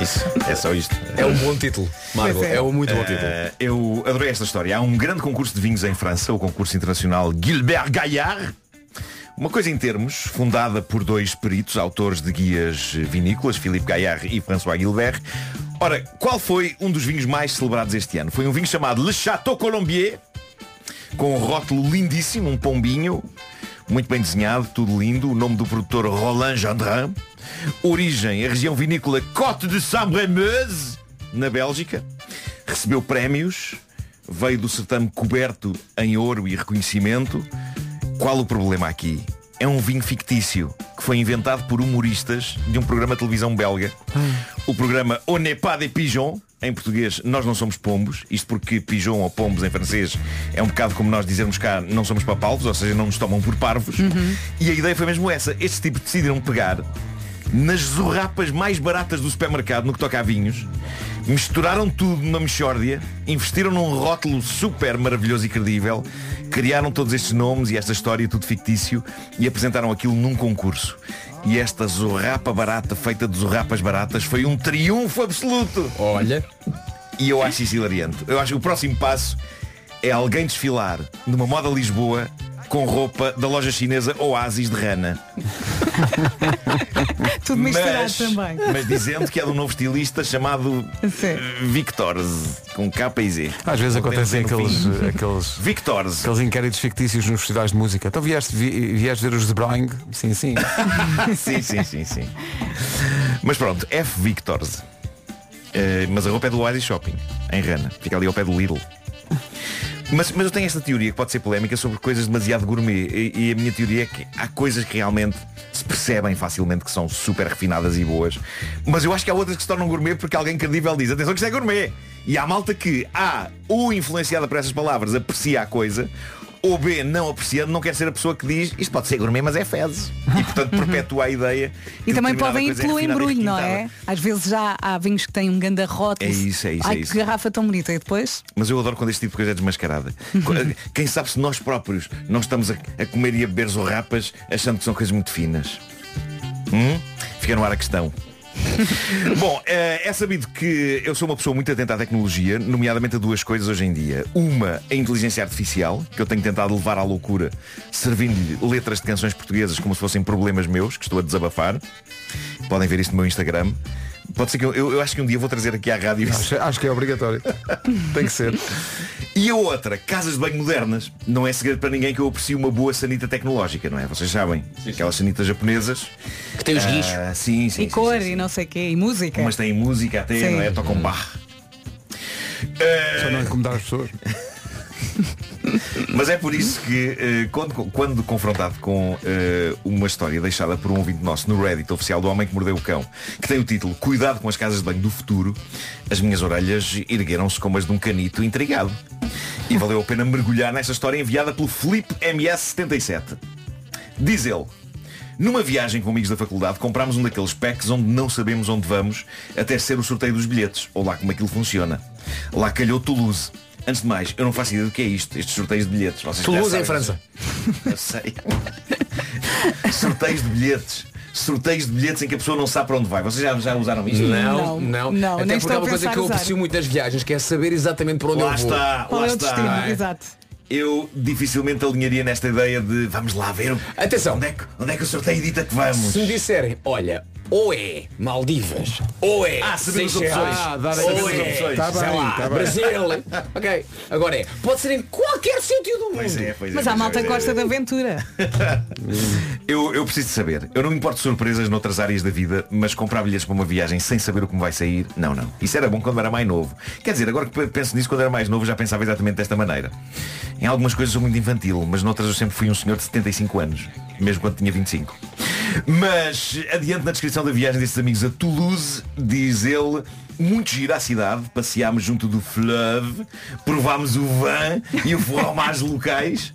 Isso, é só isto
É um bom título, Margot. É um muito bom título.
Eh, Eu adorei esta história Há um grande concurso de vinhos em França O concurso internacional Gilbert Gaillard Uma coisa em termos Fundada por dois peritos Autores de guias vinícolas Philippe Gaillard e François Gilbert Ora, qual foi um dos vinhos mais celebrados este ano? Foi um vinho chamado Le Chateau Colombier com um rótulo lindíssimo, um pombinho, muito bem desenhado, tudo lindo, o nome do produtor Roland Gendrin. Origem, a região vinícola Côte de Saint-Bremeuse, na Bélgica. Recebeu prémios, veio do certame coberto em ouro e reconhecimento. Qual o problema aqui? É um vinho fictício que foi inventado por humoristas de um programa de televisão belga. O programa On n'est pas des pigeons, em português, nós não somos pombos, isto porque pigeon ou pombos em francês é um bocado como nós dizermos cá, não somos papalvos, ou seja, não nos tomam por parvos. E a ideia foi mesmo essa. Estes tipos decidiram pegar nas zorrapas mais baratas do supermercado no que toca a vinhos, misturaram tudo numa mexórdia, investiram num rótulo super maravilhoso e credível, criaram todos estes nomes e esta história tudo fictício e apresentaram aquilo num concurso. E esta zorrapa barata, feita de zorrapas baratas, foi um triunfo absoluto.
Olha.
E eu acho isso hilariante. Eu acho que o próximo passo é alguém desfilar numa moda Lisboa com roupa da loja chinesa Oasis de Rana.
Tudo misturado
Mas-
também.
Mas dizendo que é de um novo estilista chamado eh, Victors, com K e Z.
Às vezes
Podemos
acontecem
dizer no
aqueles,
fim.
aqueles,
Victors.
aqueles inquéritos fictícios nos festivais de música. Então vieste, vi- vieste ver os The Browning? Sim, sim.
sim, sim, sim, sim. Mas pronto, F Victors. Eh, mas a roupa é do Oasis Shopping, em Rana. Fica ali ao pé do Lidl. Mas, mas eu tenho esta teoria que pode ser polémica sobre coisas demasiado gourmet. E, e a minha teoria é que há coisas que realmente se percebem facilmente que são super refinadas e boas. Mas eu acho que há outras que se tornam gourmet porque alguém credível diz, atenção que isto é gourmet. E há malta que A, ou influenciada por essas palavras, aprecia a coisa, ou B, não apreciando, não quer ser a pessoa que diz, isto pode ser gourmet, mas é fezes. E portanto perpetua a ideia.
E
que
também
determinada
podem ir
coisa é
pelo
refinada e
embrulho, não
requintada.
é? Às vezes já há vinhos que têm um ganda rótulo.
É isso, é isso,
Ai,
é isso.
que garrafa tão bonita. E depois?
Mas eu adoro quando este tipo de coisa é desmascarada. Qu- Quem sabe se nós próprios não estamos a, a comer e a beber zorrapas achando que são coisas muito finas. Hum? Fica no ar a questão. Bom, eh, é sabido que eu sou uma pessoa muito atenta à tecnologia, nomeadamente a duas coisas hoje em dia. Uma, a inteligência artificial, que eu tenho tentado levar à loucura, servindo-lhe letras de canções portuguesas como se fossem problemas meus, que estou a desabafar. Podem ver isto no meu Instagram. Pode ser que eu, eu, eu acho que um dia vou trazer aqui à rádio. Acho,
que é obrigatório. Tem que ser.
E a outra, casas de banho modernas. Não é segredo para ninguém que eu aprecio uma boa sanita tecnológica, não é? Vocês sabem. Aquelas sanitas japonesas. Que
têm os guichos.
sim, sim.
e cor e não sei o quê. E música.
Umas têm música até,
Sim.
não é? Tocam bar.
Só não incomodar as pessoas.
Mas é por isso que eh, quando, quando confrontado com eh, uma história deixada por um ouvinte nosso no Reddit oficial do Homem que Mordeu o Cão, que tem o título Cuidado com as casas de banho do futuro, as minhas orelhas ergueram-se como as de um canito intrigado. E valeu a pena mergulhar nessa história enviada pelo Felipe MS77. Diz ele. Numa viagem com amigos da faculdade comprámos um daqueles packs onde não sabemos onde vamos até ser o sorteio dos bilhetes, ou lá como aquilo funciona. Lá calhou Toulouse. Antes de mais, eu não faço ideia do que é isto, estes sorteios de bilhetes. Vocês
Toulouse
já
em França.
Eu sei. sorteios de bilhetes. Sorteios de bilhetes em que a pessoa não sabe para onde vai. Vocês já, já usaram isto? é?
Não, não,
não,
Até
nem
porque
estou
é
a
uma coisa
pensar
que eu
usar.
aprecio muito nas viagens, que é saber exatamente por onde
Lá
eu vou.
está,
Qual
lá
é o
está.
destino?
Não é?
Exato.
Eu dificilmente alinharia nesta ideia de vamos lá ver Atenção. Onde, é que, onde é que o sorteio dita que vamos.
Se me disserem, olha, ou é Maldivas, ou é
Ah, sabemos
Seychelles,
opções.
ah, dar-
Sabemos
ou é,
opções.
sei
Tá bem,
lá,
tá bem.
Brasil. ok, agora é, pode ser em qualquer sítio do mundo.
Pois é, pois é,
Mas há
pois é,
malta
pois
que
é.
gosta da aventura.
Eu, eu preciso de saber. Eu não me importo de surpresas noutras áreas da vida, mas comprar bilhetes para uma viagem sem saber o que me vai sair, não, não. Isso era bom quando era mais novo. Quer dizer, agora que pe- penso nisso, quando era mais novo já pensava exatamente desta maneira. Em algumas coisas sou muito infantil, mas noutras eu sempre fui um senhor de 75 anos, mesmo quando tinha 25. Mas adiante na descrição da viagem desses amigos a Toulouse, diz ele, muito gira a cidade, passeámos junto do Fleuve, provámos o van e o fromage locais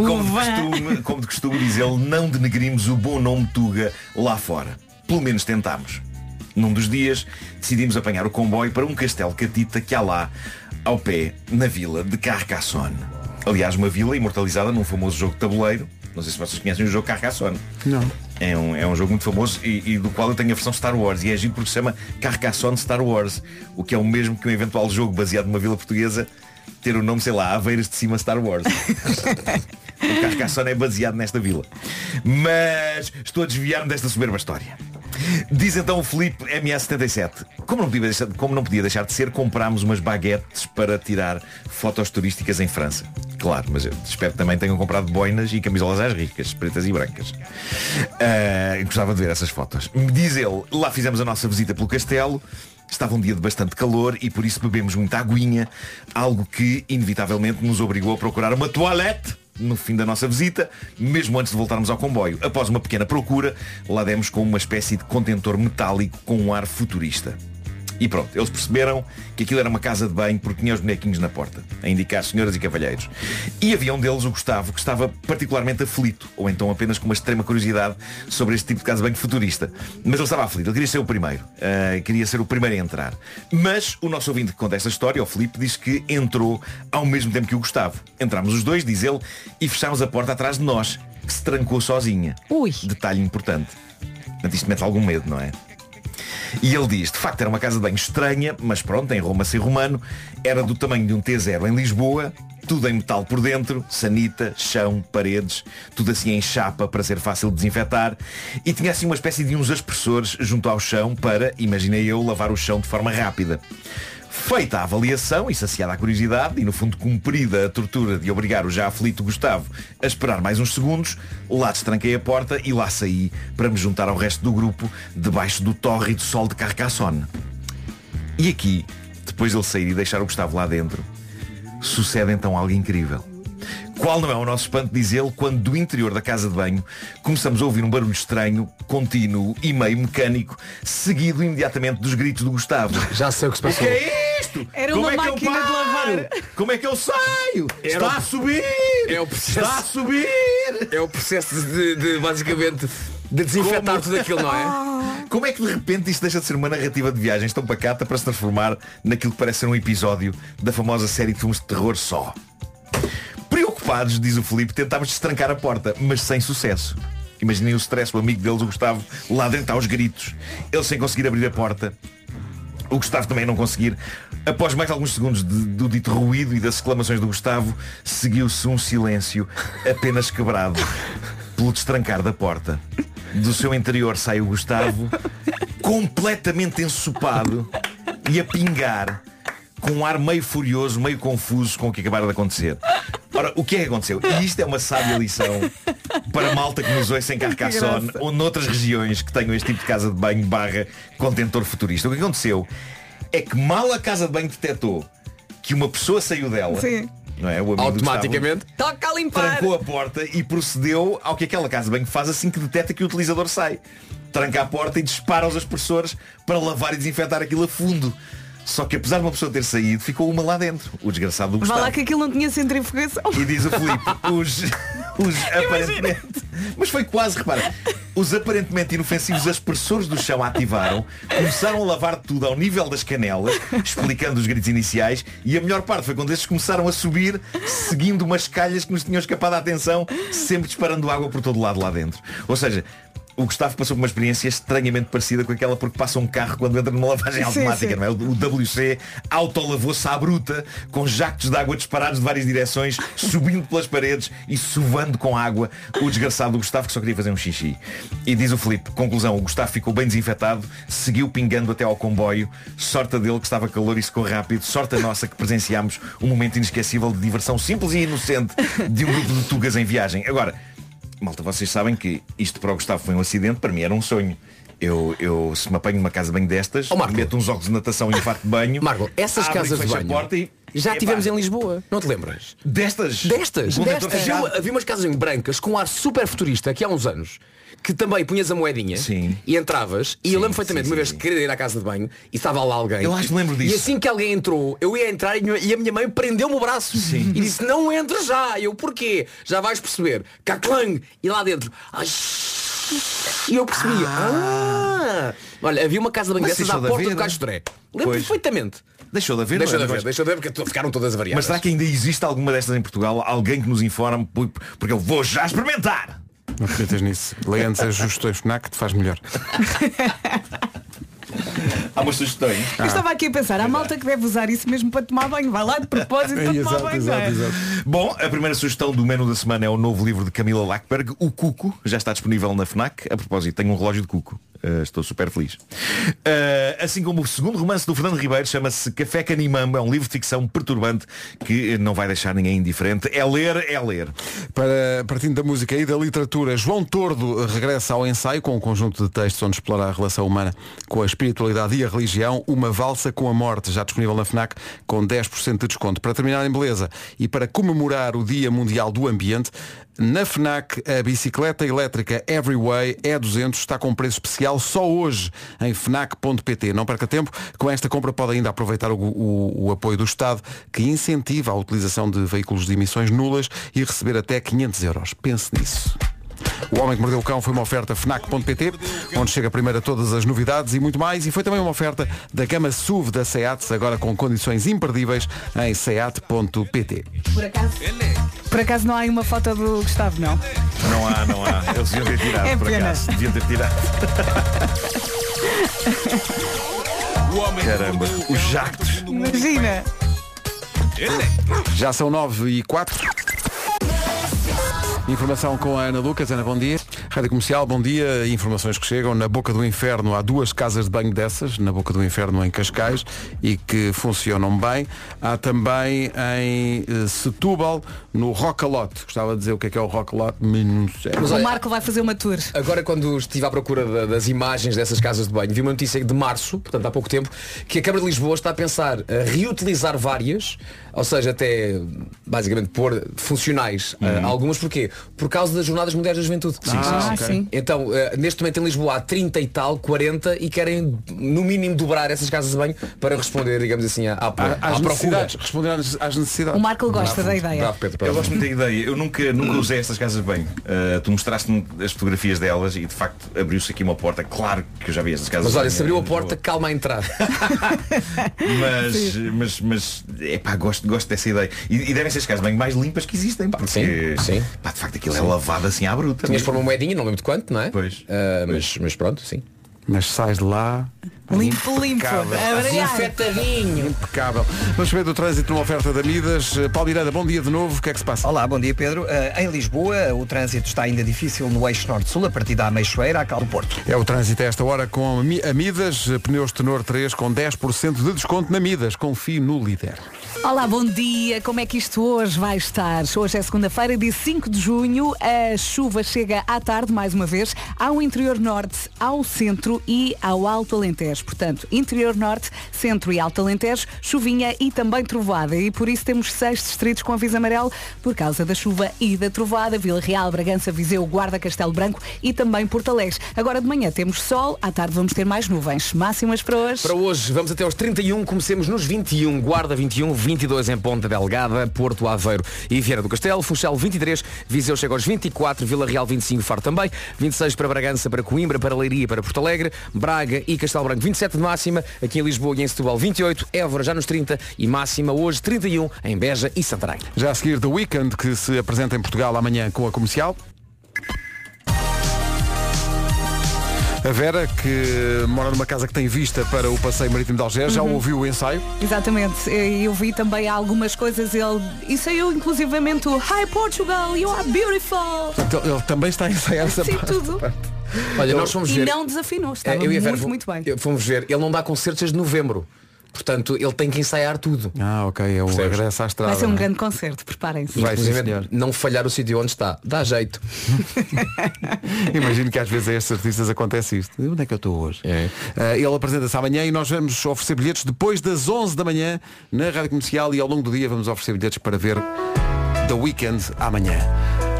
O
como de
vin.
costume costume- como de costume diz ele, não denegrimos o bom nome Tuga lá fora. Pelo menos tentámos. Num dos dias, decidimos apanhar o comboio para um castelo catita que há lá, ao pé, na vila de Carcassonne. Aliás, uma vila imortalizada num famoso jogo de tabuleiro. Não sei se vocês conhecem o jogo Carcassonne.
Não.
É um, é um jogo muito famoso e, e do qual eu tenho a versão Star Wars. E é giro porque se chama Carcassonne Star Wars, o que é o mesmo que um eventual jogo baseado numa vila portuguesa ter o nome, sei lá, Aveiras de Cima Star Wars. O Carcassonne é baseado nesta vila. Mas estou a desviar-me desta soberba história. Diz então o Felipe MA77 como não, podia deixar, como não podia deixar de ser Comprámos umas baguetes para tirar fotos turísticas em França Claro, mas eu espero que também tenham comprado boinas e camisolas às ricas, pretas e brancas. Ah, eu gostava de ver essas fotos. Diz ele, lá fizemos a nossa visita pelo castelo. Estava um dia de bastante calor e por isso bebemos muita aguinha, algo que inevitavelmente nos obrigou a procurar uma toilette no fim da nossa visita, mesmo antes de voltarmos ao comboio. Após uma pequena procura, lá demos com uma espécie de contentor metálico com um ar futurista. E pronto, eles perceberam que aquilo era uma casa de banho porque tinha os bonequinhos na porta, a indicar senhoras e cavalheiros. E havia um deles, o Gustavo, que estava particularmente aflito, ou então apenas com uma extrema curiosidade sobre este tipo de casa de banho futurista. Mas ele estava aflito, ele queria ser o primeiro, ah, queria ser o primeiro a entrar. Mas o nosso ouvinte que conta esta história, o Filipe, diz que entrou ao mesmo tempo que o Gustavo. Entramos os dois, diz ele, e fechámos a porta atrás de nós, que se trancou sozinha. Ui. Detalhe importante. Portanto, isto mete algum medo, não é? E ele diz, de facto era uma casa de banho estranha, mas pronto, em Roma ser romano, era do tamanho de um T0 em Lisboa, tudo em metal por dentro, sanita, chão, paredes, tudo assim em chapa para ser fácil de desinfetar, e tinha assim uma espécie de uns aspersores junto ao chão para, imaginei eu, lavar o chão de forma rápida. Feita a avaliação e saciada a curiosidade e no fundo cumprida a tortura de obrigar o já aflito Gustavo a esperar mais uns segundos, lá destranquei a porta e lá saí para me juntar ao resto do grupo debaixo do tórrido sol de Carcassonne. E aqui, depois de ele sair e deixar o Gustavo lá dentro, sucede então algo incrível. Qual não é o nosso espanto, diz ele, quando do interior da casa de banho começamos a ouvir um barulho estranho, contínuo e meio mecânico, seguido imediatamente dos gritos do Gustavo. Já sei o que se
passou.
O que é isto?
Era
Como
uma
é que eu
máquina de
paro?
lavar.
Como é que eu saio?
Era
Está
o-
a subir!
É o processo-
Está a subir!
É o processo de, de, basicamente de desinfetar tudo aquilo, não é?
Ah.
Como é que de repente isto deixa de ser uma narrativa de viagens tão pacata para se transformar naquilo que parece ser um episódio da famosa série de filmes de terror só? Preocupados, diz o Filipe, tentámos destrancar a porta, mas sem sucesso. Imaginem o stress, o amigo deles, o Gustavo, lá dentro aos gritos. Ele sem conseguir abrir a porta. O Gustavo também não conseguir. Após mais alguns segundos de- do dito ruído e das exclamações do Gustavo, seguiu-se um silêncio apenas quebrado pelo destrancar da porta. Do seu interior sai o Gustavo, completamente ensopado e a pingar, com um ar meio furioso, meio confuso com o que acabara de acontecer. Ora, o que é que aconteceu? E isto é uma sábia lição para a malta que nos ouça em Carcassonne
graça.
ou noutras regiões que tenham este tipo de casa de banho barra contentor futurista. O que aconteceu é que mal a casa de banho detectou que uma pessoa saiu dela,
Sim.
não é? O amigo do
Automaticamente.
Gustavo,
Toca a limpar.
trancou a porta e procedeu ao que aquela casa de banho faz assim que detecta que o utilizador sai. Tranca a porta e dispara os aspersores para lavar e desinfetar aquilo a fundo. Só que apesar de uma pessoa ter saído, ficou uma lá dentro. O desgraçado do
Vá
Gustavo.
lá que aquilo não tinha centrifugação.
E diz o Filipe, os, os aparentemente. Mas foi quase, repara. Os aparentemente inofensivos aspersores do chão ativaram, começaram a lavar tudo ao nível das canelas, explicando os gritos iniciais, e a melhor parte foi quando estes começaram a subir, seguindo umas calhas que nos tinham escapado a atenção, sempre disparando água por todo lado lá dentro. Ou seja, o Gustavo passou por uma experiência estranhamente parecida com aquela porque passa um carro quando entra numa lavagem
Sim,
automática,
sim.
não é? O o WC autolavou-se à bruta com jactos de água disparados de várias direções, subindo pelas paredes e suvando com água o desgraçado do Gustavo que só queria fazer um xixi. E diz o Filipe, conclusão, o Gustavo ficou bem desinfetado, seguiu pingando até ao comboio, sorte a dele que estava calor e secou rápido, sorte a nossa que presenciámos um momento inesquecível de diversão simples e inocente de um grupo de tugas em viagem. Agora, Malta, vocês sabem que isto para o Gustavo foi um acidente, para mim era um sonho. Eu, eu se me apanho numa casa de banho destas, meto uns óculos de natação e um fato de banho. Marco,
Essas casas de banho.
A porta e,
Já
Epá,
tivemos em Lisboa, não te lembras?
Destas?
Destas.
Um
Destas. Ah,
contentor fechado.
Havia, havia umas casas em brancas com um ar super futurista que há uns anos que também punhas a moedinha e entravas e eu lembro perfeitamente uma vez que queria ir à casa de banho e estava lá alguém.
Eu acho que me lembro
E
disso.
assim que alguém entrou, eu ia entrar e e a minha mãe prendeu-me o braço e disse não entra já. E Eu porquê? Já vais perceber. Caclang! E lá dentro. Ai, e eu percebi. Ah. Olha, havia uma casa de banho
Mas
dessas à
deixou de
porta
haver. é?
do Caixa Toré. Lembro
Pois.
perfeitamente.
Deixou de haver,
Deixou de
não é?
haver, deixou de haver, porque ficaram todas avariadas.
Mas será que ainda existe alguma destas em Portugal? Alguém que nos informe, Por- porque eu vou já experimentar!
Não acreditas nisso. Lê antes as sugestões FNAC, te faz melhor.
Há umas sugestões.
Eu estava aqui a pensar, há malta que deve usar isso mesmo para tomar banho. Vai lá de propósito para tomar banho. não é?
Bom, a primeira sugestão do menu da semana é o novo livro de Camila Lackberg, O Cuco. Já está disponível na FNAC. A propósito, tenho um relógio de cuco. Eh, estou super feliz. Eh, assim como o segundo romance do Fernando Ribeiro chama-se Café Canimamba. É um livro de ficção perturbante que eh, não vai deixar ninguém indiferente. É ler, é ler.
Para, partindo da música e da literatura, João Tordo regressa ao ensaio com um conjunto de textos onde explora a relação humana com a espiritualidade e a religião, uma valsa com a morte, já disponível na FNAC, com 10% de desconto. Para terminar em beleza e para comemorar o Dia Mundial do Ambiente, na FNAC, a bicicleta elétrica Everyway E200 está com um preço especial só hoje em fnac.pt. Não perca tempo, com esta compra pode ainda aproveitar o, o- o apoio do Estado que incentiva a utilização de veículos de emissões nulas e receber até 500 euros. Pense nisso. O Homem que Mordeu o Cão foi uma oferta FNAC.pt, onde chega primeiro a todas as novidades e muito mais, e foi também uma oferta da gama SUV da SEAT, agora com condições imperdíveis em SEAT.pt.
Por acaso, por acaso não há aí uma foto do Gustavo, não?
Não há, não há. Eles deviam ter tirado,
É
por
pena.
acaso. Deviam ter tirado. Caramba, os jactos.
Imagina.
Já são 9 e 4. Informação com a Ana Lucas. Ana, bom dia. Rádio Comercial, bom dia. Informações que chegam. Na Boca do Inferno há duas casas de banho dessas, na Boca do Inferno em Cascais, e que funcionam bem. Há também em eh, Setúbal, no Rocalote. Gostava de dizer o que é que é o Rocalote, mas não sei.
Mas
o
olha,
Marco vai fazer uma tour.
Agora quando estive à procura da- das imagens dessas casas de banho, vi uma notícia de março, portanto há pouco tempo, que a Câmara de Lisboa está a pensar a reutilizar várias, ou seja, até basicamente pôr funcionais eh, algumas, porquê? Por causa das Jornadas Mundiais da Juventude.
Sim, sim, Ah, sim. sim.
Então, eh, neste momento em Lisboa há 30 e tal, 40 e querem no mínimo dobrar essas casas de banho para responder, digamos assim, à, à, à
eh, Às
procura.
necessidades. Responder às às necessidades.
O Marco gosta da ideia.
Eu gosto muito da ideia. Eu nunca, nunca usei estas casas bem. Uh, tu mostraste-me as fotografias delas e de facto abriu-se aqui uma porta. Claro que eu já vi estas casas
Mas
de
olha,
banho
se abriu a
em
porta, calma a entrar.
Mas, mas, mas, é pá, gosto, gosto dessa ideia. E, e devem ser as casas bem mais limpas que existem, pá, porque,
sim.
pá, de facto aquilo é lavado assim à bruta.
Tinhas
mesmo.
por uma moedinha, não lembro de quanto, não é? Pois. mas, mas pronto, sim.
Mas sais de lá.
Limpo, limpo.
Impecável.
Desinfetadinho.
Impecável. Vamos saber do trânsito numa oferta da Midas. Eh, Paulo Miranda, bom dia de novo. O que é que se passa?
Olá, bom dia Pedro. Eh, em Lisboa, o trânsito está ainda difícil no eixo norte-sul, a partir da Ameixoeira, à Cal do Porto.
É o trânsito a esta hora com a Mi- a Midas, eh, pneus Tenor 3 com 10% de desconto na Midas. Confie no líder.
Olá, bom dia. Como é que isto hoje vai estar? Hoje é segunda-feira, dia 5 de junho. A chuva chega à tarde, mais uma vez, ao interior norte, ao centro e ao Alto Alentejo. Portanto, interior norte, centro e Alto Alentejo, chuvinha e também trovoada. E por isso temos seis distritos com aviso amarelo por causa da chuva e da trovoada. Vila Real, Bragança, Viseu, Guarda, Castelo Branco e também Porto Alegre. Agora de manhã temos sol, à tarde vamos ter mais nuvens. Máximas para hoje.
Para hoje, vamos até aos 31, comecemos nos 21, Guarda 21, 22 em Ponta Delgada, Porto Aveiro e Vieira do Castelo, Funchal 23, Viseu chega aos 24, Vila Real 25, Faro também, 26 para Bragança, para Coimbra, para Leiria, para Porto Alegre, Braga e Castelo Branco 27 de máxima, aqui em Lisboa e em Setúbal 28, Évora já nos 30 e máxima hoje 31 em Beja e Santarém.
Já a seguir The Weekend, que se apresenta em Portugal amanhã com a comercial. A Vera, que mora numa casa que tem vista para o passeio marítimo de Algés, já
Uhum.
ouviu o ensaio?
Exatamente, E eu vi também algumas coisas, ele. E saiu inclusivamente o Hi Portugal, you are beautiful!
Portanto, Então, ele, ele também está a ensaiar essa
Sim,
parte.
tudo.
Olha, nós fomos
e
ver.
não desafinou, estava
Eh, eu e a Vera
muito,
fomos-
muito bem.
eu- Fomos ver, ele não dá concertos desde novembro, portanto ele tem que ensaiar tudo.
Ah, ok, é o regresso à estrada.
Vai ser um
não é?
grande concerto, preparem-se.
E, inclusive, não falhar o sítio onde está. Dá jeito.
Imagino que às vezes a estes artistas acontece isto. Onde é que eu estou hoje? Ah, ele apresenta-se amanhã e nós vamos oferecer bilhetes depois das 11 da manhã na Rádio Comercial e ao longo do dia vamos oferecer bilhetes para ver The Weekend amanhã.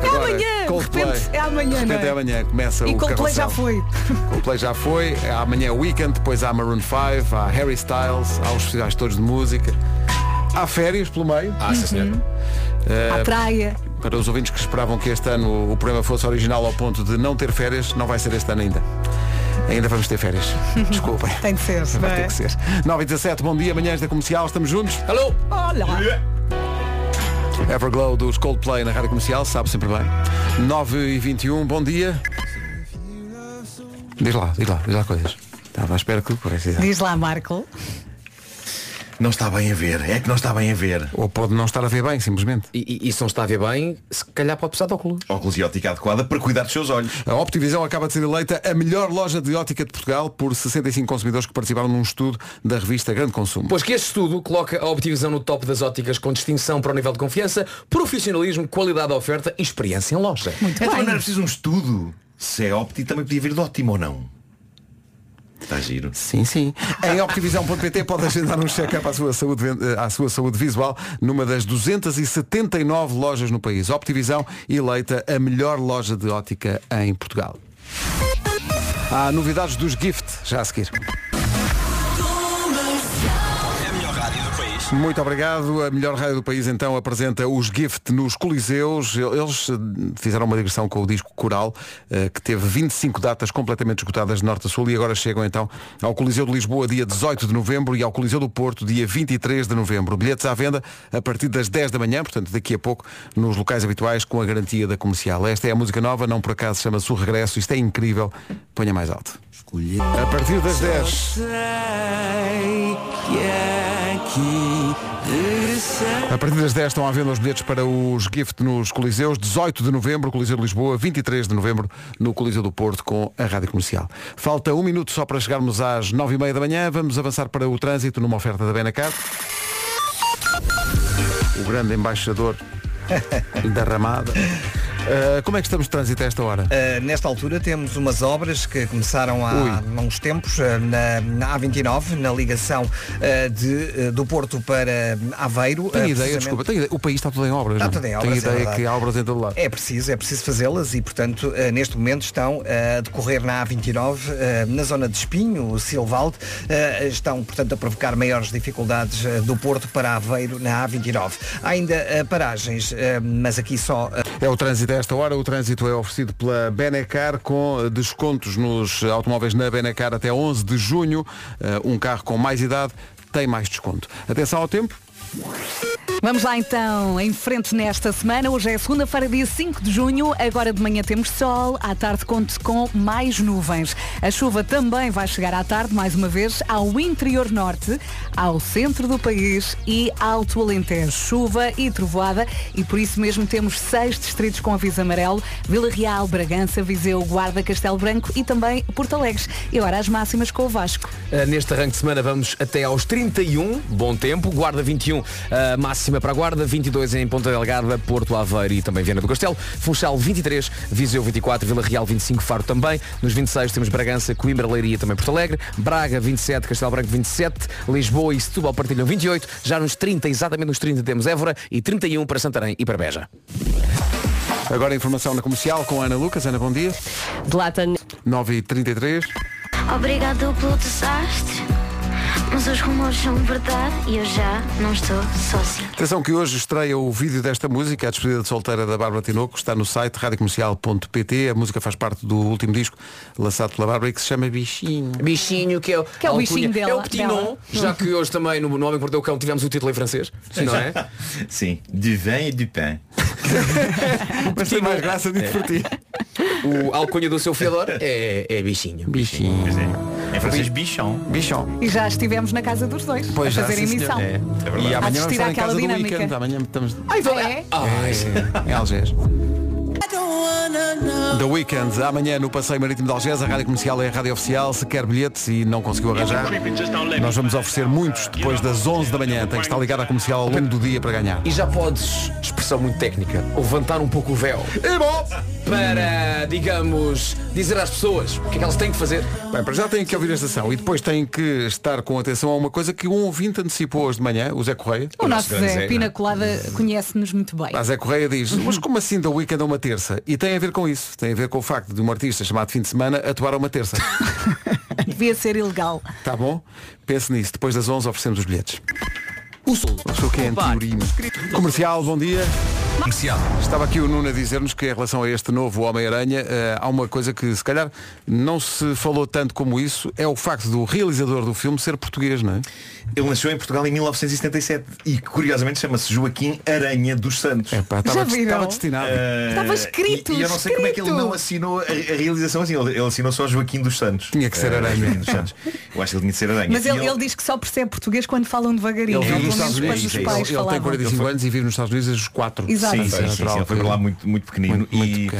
É amanhã,
Coldplay.
de repente é amanhã,
De
não
repente
é?
é amanhã, começa
E
o
Coldplay já
carrossel.
foi.
Coldplay já foi, amanhã é o Weekend, depois há Maroon 5, há Harry Styles, há os festivais todos de música. Há férias pelo meio.
Ah, sim, senhor.
À praia.
Para os ouvintes que esperavam que este ano o programa fosse original ao ponto de não ter férias, não vai ser este ano ainda. Ainda vamos ter férias. Desculpem.
Tem que ser,
Vai
não
ter
é?
que ser. 9 e 17, bom dia, amanhã da comercial, estamos juntos.
Alô?
Olá!
Everglow dos Coldplay na rádio comercial, sabe sempre bem. 9 e 21, bom dia. Diz lá, diz lá, diz lá coisas. Estava à espera que.
um
Diz lá, Marco.
Não está bem a ver. É que não está bem a ver.
Ou pode não estar a ver bem, simplesmente.
E, e se não está a ver bem, se calhar pode precisar de óculos.
Óculos e ótica adequada para cuidar dos seus olhos.
A Optivisão acaba de ser eleita a melhor loja de ótica de Portugal por 65 consumidores que participaram num estudo da revista Grande Consumo.
Pois que este estudo coloca a Optivisão no top das óticas com distinção para o nível de confiança, profissionalismo, qualidade da oferta e experiência em loja.
Muito então não era preciso um estudo. Se é opti também podia vir de ótimo ou não. Está giro.
Sim, sim. Em optivisão.pt pode agendar um check-up à, sua saúde ven- eh, à sua saúde visual numa das 279 lojas no país. Optivisão eleita a melhor loja de ótica em Portugal. Há novidades dos Gift, já a seguir. Muito obrigado. A melhor rádio do país então apresenta os Gift nos Coliseus. Eles eh, fizeram uma digressão com o disco Coral, eh, que teve 25 datas completamente esgotadas de norte a sul e agora chegam então ao Coliseu de Lisboa dia 18 de novembro e ao Coliseu do Porto dia 23 de novembro. Bilhetes à venda a partir das 10 da manhã, portanto daqui a pouco nos locais habituais com a garantia da comercial. Esta é a música nova, não por acaso chama-se O Regresso. Isto é incrível. Ponha mais alto. A partir das 10. A partir das 10 estão à venda os bilhetes para os gift nos Coliseus. 18 de novembro, Coliseu de Lisboa. 23 de novembro, no Coliseu do Porto, com a Rádio Comercial. Falta um minuto só para chegarmos às 9h30 da manhã. Vamos avançar para o trânsito numa oferta da Benacar. O grande embaixador da ramada. Ah, como é que estamos de trânsito a esta hora?
Uh, nesta altura temos umas obras que começaram há, há uns tempos uh, na, na A29, na ligação uh, de, uh, do Porto para Aveiro.
Tenho
uh,
ideia,
precisamente-
desculpa, tenho ideia- o país está tudo em obras.
Está
não?
tudo em
Tenho
obras, é
ideia
verdade.
que há obras em todo lado.
É preciso, é preciso fazê-las e, portanto, eh, neste momento estão eh, a decorrer na A29, eh, na zona de Espinho, o Silvalde, eh, estão, portanto, a provocar maiores dificuldades eh, do Porto para Aveiro na A29. Há ainda eh, paragens, eh, mas aqui só... eh,
É o trânsito a esta hora. O trânsito é oferecido pela Benecar com eh, descontos nos automóveis na Benecar até 11 de junho. Eh, Um carro com mais idade tem mais desconto. Atenção ao tempo.
Vamos lá então, em frente nesta semana. Hoje é segunda-feira, dia 5 de junho. Agora de manhã temos sol, à tarde conto com mais nuvens. A chuva também vai chegar à tarde, mais uma vez, ao interior norte, ao centro do país e alto Alentejo. Chuva e trovoada e por isso mesmo temos seis distritos com aviso amarelo. Vila Real, Bragança, Viseu, Guarda, Castelo Branco e também Porto Alegre. E agora as máximas com o Vasco.
Uh, Neste arranque de semana vamos até aos 31, bom tempo. Guarda 21, uh, máxima para a Guarda, 22 em Ponta Delgada, Porto Aveiro e também Viana do Castelo. Funchal 23, Viseu 24, Vila Real 25, Faro também. Nos 26 temos Bragança, Coimbra, Leiria e também Porto Alegre. Braga 27, Castelo Branco 27, Lisboa e Setúbal partilham 28. Já nos 30, exatamente nos 30 temos Évora e 31 para Santarém e para Beja.
Agora a informação na comercial com a Ana Lucas. Ana, bom dia.
Delata.
9h33.
Obrigado pelo desastre, mas os rumores são verdade e eu já não estou sócia.
Atenção que hoje estreia o vídeo desta música, a despedida de solteira da Bárbara Tinoco, está no site radiocomercial.pt. A música faz parte do último disco lançado pela Bárbara e que se chama Bichinho.
Bichinho que é o,
Que é o
alcunha-
bichinho dela.
É o Petit
dela.
Nom, já que hoje também no, no Homem que Mordeu o Cão tivemos o título em francês, não é?
Sim. Du vin e du pain.
Mas tem mais graça de divertir.
O alcunha do seu Fiador é, é bichinho.
Bichinho.
Pois é. Em francês, bichon.
Bichon.
E já estivemos na casa dos dois
Pois
a
já,
fazer
sim, senhor.
emissão.
É, é verdade.
A
E amanhã vamos
assistir
estar em
àquela
casa do
dinâmica.
weekend. Amanhã estamos
Ai, vou é?
É, em Algés. The Weekend, amanhã no Passeio Marítimo de Algés, a rádio comercial é a rádio oficial. Se quer bilhetes e não conseguiu arranjar, nós vamos oferecer muitos depois das 11 da manhã. Tem que estar ligado à comercial ao longo do dia para ganhar.
E já podes, expressão muito técnica, levantar um pouco o véu.
É bom!
Para, digamos, dizer às pessoas o que é que elas têm que fazer.
Bem, para já têm que ouvir a estação e depois têm que estar com atenção a uma coisa que um ouvinte antecipou hoje de manhã, o Zé Correia.
O nosso Zé,
é?
Pina Colada,
Hum.
conhece-nos muito bem.
A Zé Correia diz,
Uhum.
mas como assim da Weekend a uma terça? E tem a ver com isso, tem a ver com o facto de um artista chamado Fim de Semana atuar a uma terça.
Devia ser ilegal.
Tá bom? Pense nisso. Depois das 11 oferecemos os bilhetes. O sol. O sol que é antiurismo. Comercial, bom dia. Comercial. Estava aqui o Nuno a dizer-nos que em relação a este novo Homem-Aranha eh, há uma coisa que se calhar não se falou tanto como isso, é o facto do realizador do filme ser português, não é?
Ele nasceu em Portugal em 1977 e curiosamente chama-se Joaquim Aranha dos Santos. Eh,
estava Já des- viram? Eh, estava destinado.
Estava escrito,
E, e eu não sei como é que ele
escrito.
não assinou a, a realização assim. Ele, ele assinou só Joaquim dos Santos. Tinha que
ser Aranha.
dos Santos. Eu acho que ele tinha de ser Aranha.
Mas
E
ele, ele diz que só percebe português quando falam devagarinho.
Ele
Ou
vive
pelo menos
nos Estados
quando
Unidos,
os
é isso.
pais
Ele- ele tem
falavam.
45 anos e vive nos Estados Unidos desde os 4.
Exato.
Sim, sim, sim, sim, Ele foi para lá muito, muito pequenino. e,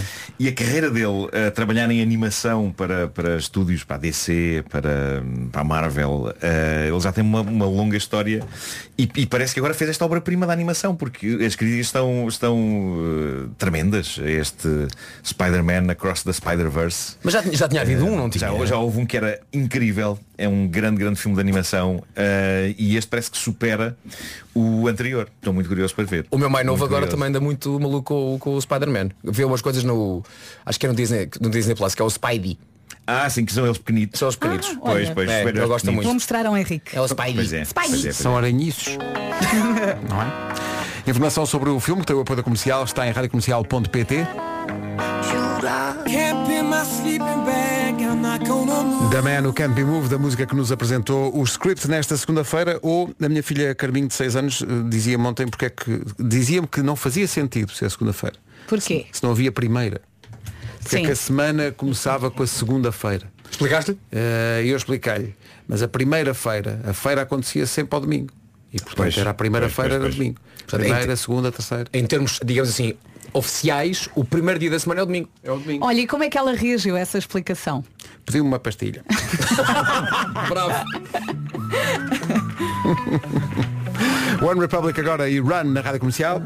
e a carreira dele a trabalhar em animação para, para estúdios, para a DC, para, para a Marvel, eh, ele já tem uma, uma longa história e, e parece que agora fez esta obra-prima da animação, porque as críticas estão, estão eh, tremendas. a Este Spider-Man Across the Spider-Verse.
Mas já tinha- já tinha havido um, não tinha?
É. Já, já houve um que era incrível, é um grande, grande filme de animação eh, e este parece que supera o anterior. Estou muito curioso para ver.
O meu mais novo
Muito
agora
curioso.
também anda muito maluco com, o- com o Spider-Man. Vê umas coisas no. Acho que é no Disney, no Disney Plus, que é o Spidey.
Ah, sim, que são eles pequenitos.
São os pequenitos.
Ah, olha. Pois, pois,
É,
super
eu gosto
Vou
muito.
mostrar ao Henrique.
É o Spidey.
Pois é,
Spidey.
pois é, pois é.
São aranhiços. não é? Informação sobre o filme que tem o apoio da comercial está em radiocomercial.pt. Da Man o Camping Move, da música que nos apresentou o script nesta segunda-feira, ou a minha filha Carminho de 6 anos eh, dizia-me ontem porque é que dizia-me que não fazia sentido ser segunda-feira.
Porquê?
Se não havia primeira. Porque é
Sim.
que a semana começava com a segunda-feira.
Explicaste-lhe?
E Eh, eu expliquei-lhe. Mas a primeira feira, a feira acontecia sempre ao domingo. E portanto
Pois,
era a primeira
pois,
feira
pois,
era
pois.
domingo.
Portanto,
Primeira,
em-
segunda, terceira.
Em termos, digamos assim, oficiais, o primeiro dia da semana é o domingo. É o domingo.
Olha, e como é que ela reagiu a essa explicação?
Pediu-me uma pastilha.
Ah.
Bravo.
One Republic agora e Run na Rádio Comercial.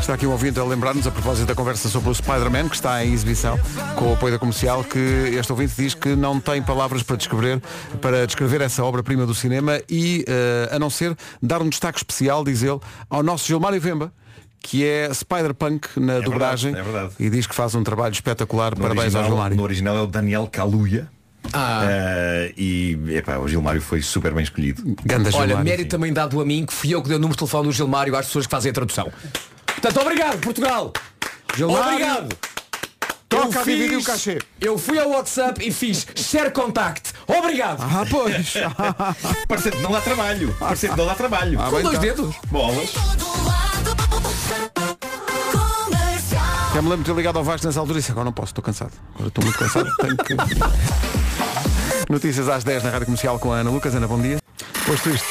Está aqui um ouvinte a lembrar-nos a propósito da conversa sobre o Spider-Man, que está em exibição com o apoio da comercial, que este ouvinte diz que não tem palavras para descrever, para descrever essa obra-prima do cinema e, eh, a não ser, dar um destaque especial, diz ele, ao nosso Gilmário Vemba, que é Spider-Punk na dobragem
verdade, é verdade.
e diz que faz um trabalho espetacular.
No
Parabéns ao
original-
Gilmário.
No original é o Daniel Kaluuya.
Ah.
Eh, e epá, o Gilmário foi super bem escolhido.
Olha, mérito também dado a mim, que fui eu que dei o número de telefone do Gilmário às pessoas que fazem a tradução. Portanto, obrigado, Portugal!
Gilmário,
obrigado!
toca
Eu
a dividir o cachê.
Eu fui ao WhatsApp e fiz share contact. Obrigado!
Ah, pois!
Parece que não dá trabalho. Parece que não dá trabalho.
Ah, Com bem, dois tá. dedos.
Bolas.
Já me lembro de ter ligado ao Vasco nessa altura e disse, agora não posso, estou cansado. Agora estou muito cansado, tenho que... Notícias às 10 na Rádio Comercial com a Ana Lucas. Ana, bom dia. Posto isto,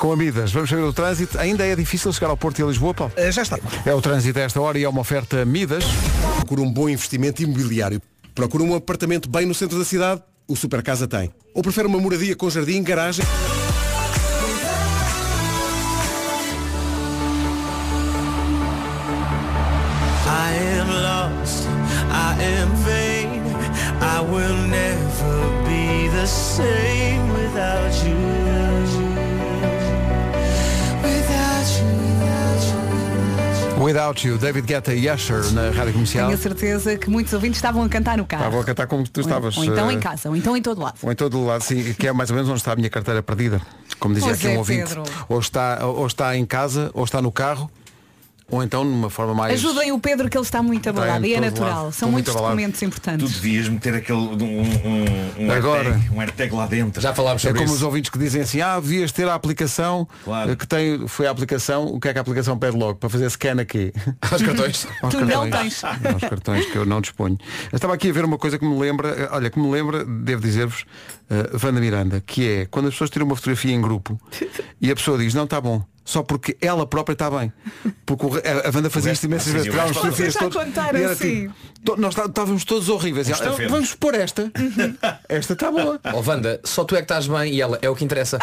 com amidas, vamos saber do trânsito. Ainda é difícil chegar ao Porto e a Lisboa, Paulo?
eh, já está.
É o trânsito a esta hora e é uma oferta Midas.
Procura um bom investimento imobiliário. Procura um apartamento bem no centro da cidade, o Super Casa tem. Ou prefere uma moradia com jardim, garagem.
I am lost, I am vain, I will never be the same without you. Without you, without you.
Without You, David Guetta e Usher na Rádio Comercial.
Ah.
Tenho a certeza que muitos ouvintes estavam a cantar no carro.
Estava a cantar como tu
Ou-
estavas.
Ou então
eh,
em casa, ou então em todo lado.
Ou em todo o lado, sim, que é mais ou menos onde está a minha carteira perdida, como dizia
Pois
aqui
é,
um ouvinte.
Pedro.
Ou está, ou está em casa, ou está no carro, ou então numa forma mais.
Ajudem o Pedro que ele está muito abalado.
em
E é
todo
natural.
lado.
São
Estou
muitos
muito abalado.
documentos
Tu
importantes.
devias meter aquele um, um, um,
Agora.
Airtag, um airtag lá dentro.
Já falámos
É como os ouvintes que dizem assim, ah, devias ter a aplicação
Claro.
eh, que tem, foi a aplicação, o que é que a aplicação pede logo? Para fazer scan aqui.
Aos cartões.
Aos cartões. Aos cartões que eu não disponho. Eu estava aqui a ver uma coisa que me lembra, eh, olha, que me lembra, devo dizer-vos, eh, Wanda Miranda, que é quando as pessoas tiram uma fotografia em grupo e a pessoa diz, não está bom. Só porque ela própria está bem. Porque o re- a a Wanda fazia isto imensas vezes.
fazia o
tirava
resto.
umas
Vocês
fotografias
já
todas,
contaram,
e era
sim.
tipo, to- Nós tá- estávamos todos horríveis. E ela,
Estafeta.
Vamos pôr esta.
Uhum.
Esta está boa.
Oh Wanda, só tu é que estás bem e ela é o que interessa.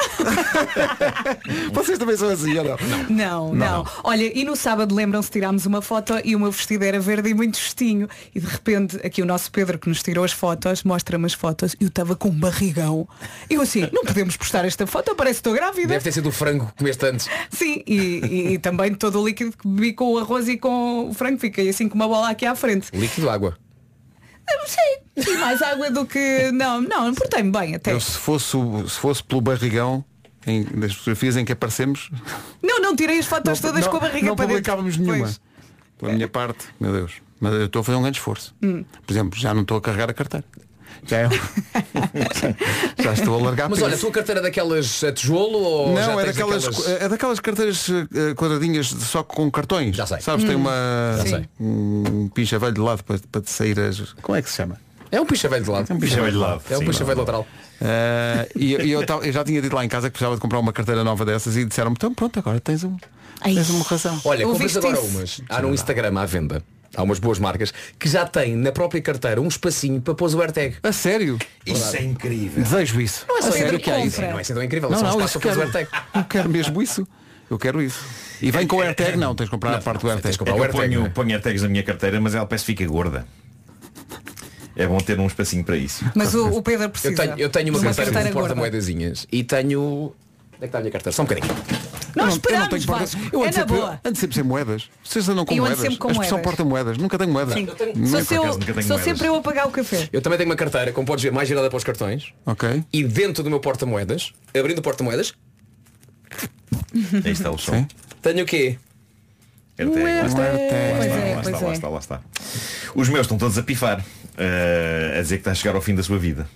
Uhum.
Vocês também são assim, ou não?
Não, não,
Não.
Olha, e no sábado lembram-se tirámos uma foto e o meu vestido era verde e muito justinho. E de repente aqui o nosso Pedro que nos tirou as fotos, mostra-me as fotos e eu estava com um barrigão. Eu assim, não podemos postar esta foto, parece que estou grávida.
Deve ter sido o frango que comeste antes.
Sim, e, e- e também todo o líquido que bebi com o arroz e com o frango fiquei assim com uma bola aqui à frente.
Líquido água.
Sim, sim, mais água do que. Não, não, portei-me bem até.
Eu se fosse, o- se fosse pelo barrigão, em- das fotografias em que aparecemos,
Não, não tirei as fotos
Não-
todas
não-
com a barriga
não
para dentro.
publicávamos nenhuma.
Pois.
Pela minha parte, meu Deus. Mas eu estou a fazer um grande esforço.
Hum.
Por exemplo, já não estou a carregar a carteira. Já, é... um- já estou a largar
Mas olha, a
peso.
tua carteira é daquelas a tijolo ou já
Não, é
tens
daquelas, é daquelas carteiras eh, quadradinhas de- só com cartões. Já sei. Sabes, tem
Hum.
uma
Já sei.
um pincha velho de lado para, para te sair as. Como é que se chama?
É um picha velho de lado.
É um picha velho de lado.
É um
Sim,
picha
não.
velho lateral.
Eh, e e eu, tava- eu já tinha dito lá em casa que precisava de comprar uma carteira nova dessas e disseram-me, então pronto, agora tens um. Tens uma razão.
Olha, compras
Ouviste
agora
isso?
umas. Há no Instagram à venda. Há umas boas marcas que já têm na própria carteira um espacinho para pôr o AirTag.
A sério?
Isso é incrível.
Desejo isso.
Não é só
A
incrível
sério que é isso.
Não é assim tão incrível.
Não,
só
não,
um
isso
espaço para pôr o
quero.
AirTag.
Eu quero mesmo isso. Eu quero isso. E vem com o AirTag? É, Não, tens de comprar a parte do AirTag.
É que eu ponho, ponho AirTags na minha carteira, mas ela parece que fica gorda. É bom ter um espacinho para isso.
Mas o, o Pedro precisa.
Eu tenho, eu tenho uma
de
carteira, um com
gorda.
porta-moedazinhas e tenho. Onde é que está a minha carteira? Só um bocadinho.
Nós
Eu não- eu não
esperamos,
tenho
vá.
porta- eu
É
ando
na
sempre-
boa.
Ando sempre sem moedas. Vocês andam com
Eu ando
moedas.
sempre com
a expressão
moedas.
porta-moedas. Nunca tenho moedas.
Sim.
é Nunca.
Sou, seu- sou sempre eu a pagar o café.
Eu também tenho uma carteira, como podes ver, mais girada para os cartões.
Ok.
E dentro do meu porta-moedas, abrindo o porta-moedas,
Aí está o som.
é
tenho o quê?
AirTag. Lá está,
AirTag.
lá
Pois
está,
é,
lá
pois
está, lá
é.
está, lá está. Os meus estão todos a pifar. eh, a dizer que está a chegar ao fim da sua vida.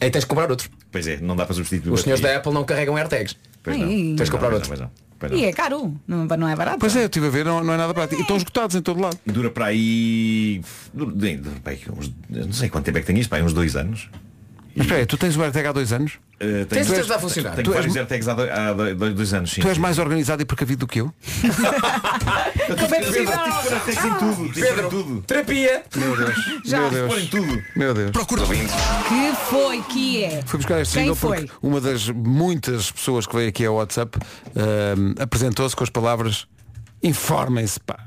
Aí tens de comprar outro.
Pois é, não dá para substituir
Os
o
senhores
AirTag.
da Apple não carregam AirTags.
Pois
não. Ai.
Tens de comprar
Pois
outro.
não,
E é caro, não, não é barato.
Pois é, eu estive a ver, não, não é nada prático. E estão esgotados em todo lado.
Dura para aí. dura- de- de- pá, aí uns- eu não sei quanto tempo é que tenho isto, pá, aí uns dois anos.
Mas espera aí, tu tens o AirTag há dois anos?
Eh,
Tens
tenho-
certeza a funcionar?
Tenho
Tu
vários
és-
AirTags há, do- há do- dois, dois anos, sim.
Tu és mais organizado e precavido do que eu?
Como é que se dá? em tudo,
Pedro, tudo. terapia.
Meu Deus.
Já.
Meu Deus.
Põe
tudo.
Meu Deus.
Procura
Que foi que é?
Fui buscar este
Quem
single
foi?
porque uma das muitas pessoas que veio aqui ao WhatsApp ahm, apresentou-se com as palavras informem-se pá.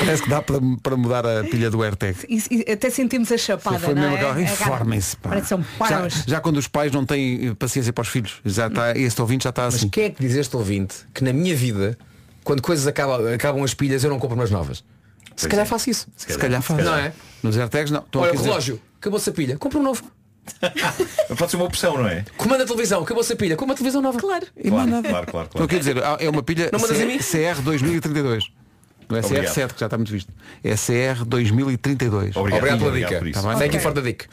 Parece que dá para, para mudar a pilha do AirTag.
Isso- isso- até sentimos a chapada,
Foi
não
mesmo
é?
aquela,
A cara-
informem-se pá.
Parece um que são
já,
paros.
já quando os pais não têm eh, paciência para os filhos, já está, este ouvinte já está assim.
Mas quem é que diz este ouvinte que na minha vida, quando coisas acabam, acabam as pilhas, eu não compro umas novas? Se
é.
calhar faço isso.
Se calhar faz.
Não é?
Nos AirTags não. Estão
Olha,
aqui a
o
dizer-
relógio, acabou-se a pilha, compra um novo.
Pode ser uma opção, não é?
Comanda a televisão, acabou-se a pilha, compra uma televisão nova. Claro.
E mais nada. Estou aqui a dizer, ah, é uma pilha
Não mandas a mim?
CR 2032. Não é
Obrigado.
CR7, que já está muito visto. É CR 2032.
Obrigado, pela dica.
Tá bem?
Thank you for the dick.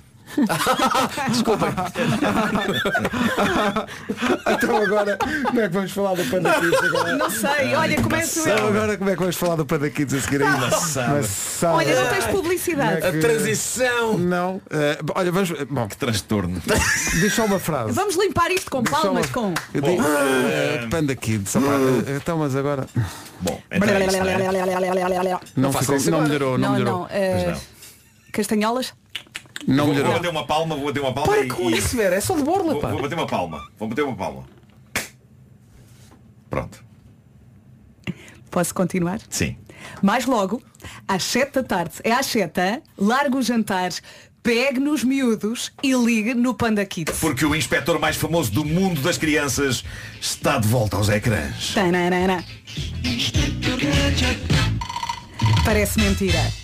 Desculpem.
Então agora, como é que vamos falar do Panda Kids agora?
Não é. sei, olha, começo
Então
eu.
agora como é que vamos falar do Panda Kids a seguir ainda?
Maçada.
Olha, não tens publicidade.
Como é que- Não. eh, olha, vamos. Bom. Que
transtorno.
Deixa só uma frase.
Vamos limpar isto com
Deixa só
palmas,
uma-
com.
Eu digo,
Bom.
eh, Panda Kids. opá, eh, Então, mas agora.
Bom, então
Então,
é
é Não, ficou, não melhorou, é? não, melhorou.
eh, Castanholas?
Não
vou,
melhorou.
Vou bater uma palma, vou bater uma palma.
Para
e,
com
e-
isso, Vera, é só de borla,
vou,
pá.
vou bater uma palma. Vou bater uma palma. Pronto.
Posso continuar?
Sim.
Mais logo, às 7 da tarde, é às 7, hã? larga o jantar, pegue nos miúdos e ligue no Panda Kids.
Porque o inspetor mais famoso do mundo das crianças está de volta aos ecrãs.
Tananana. Parece mentira.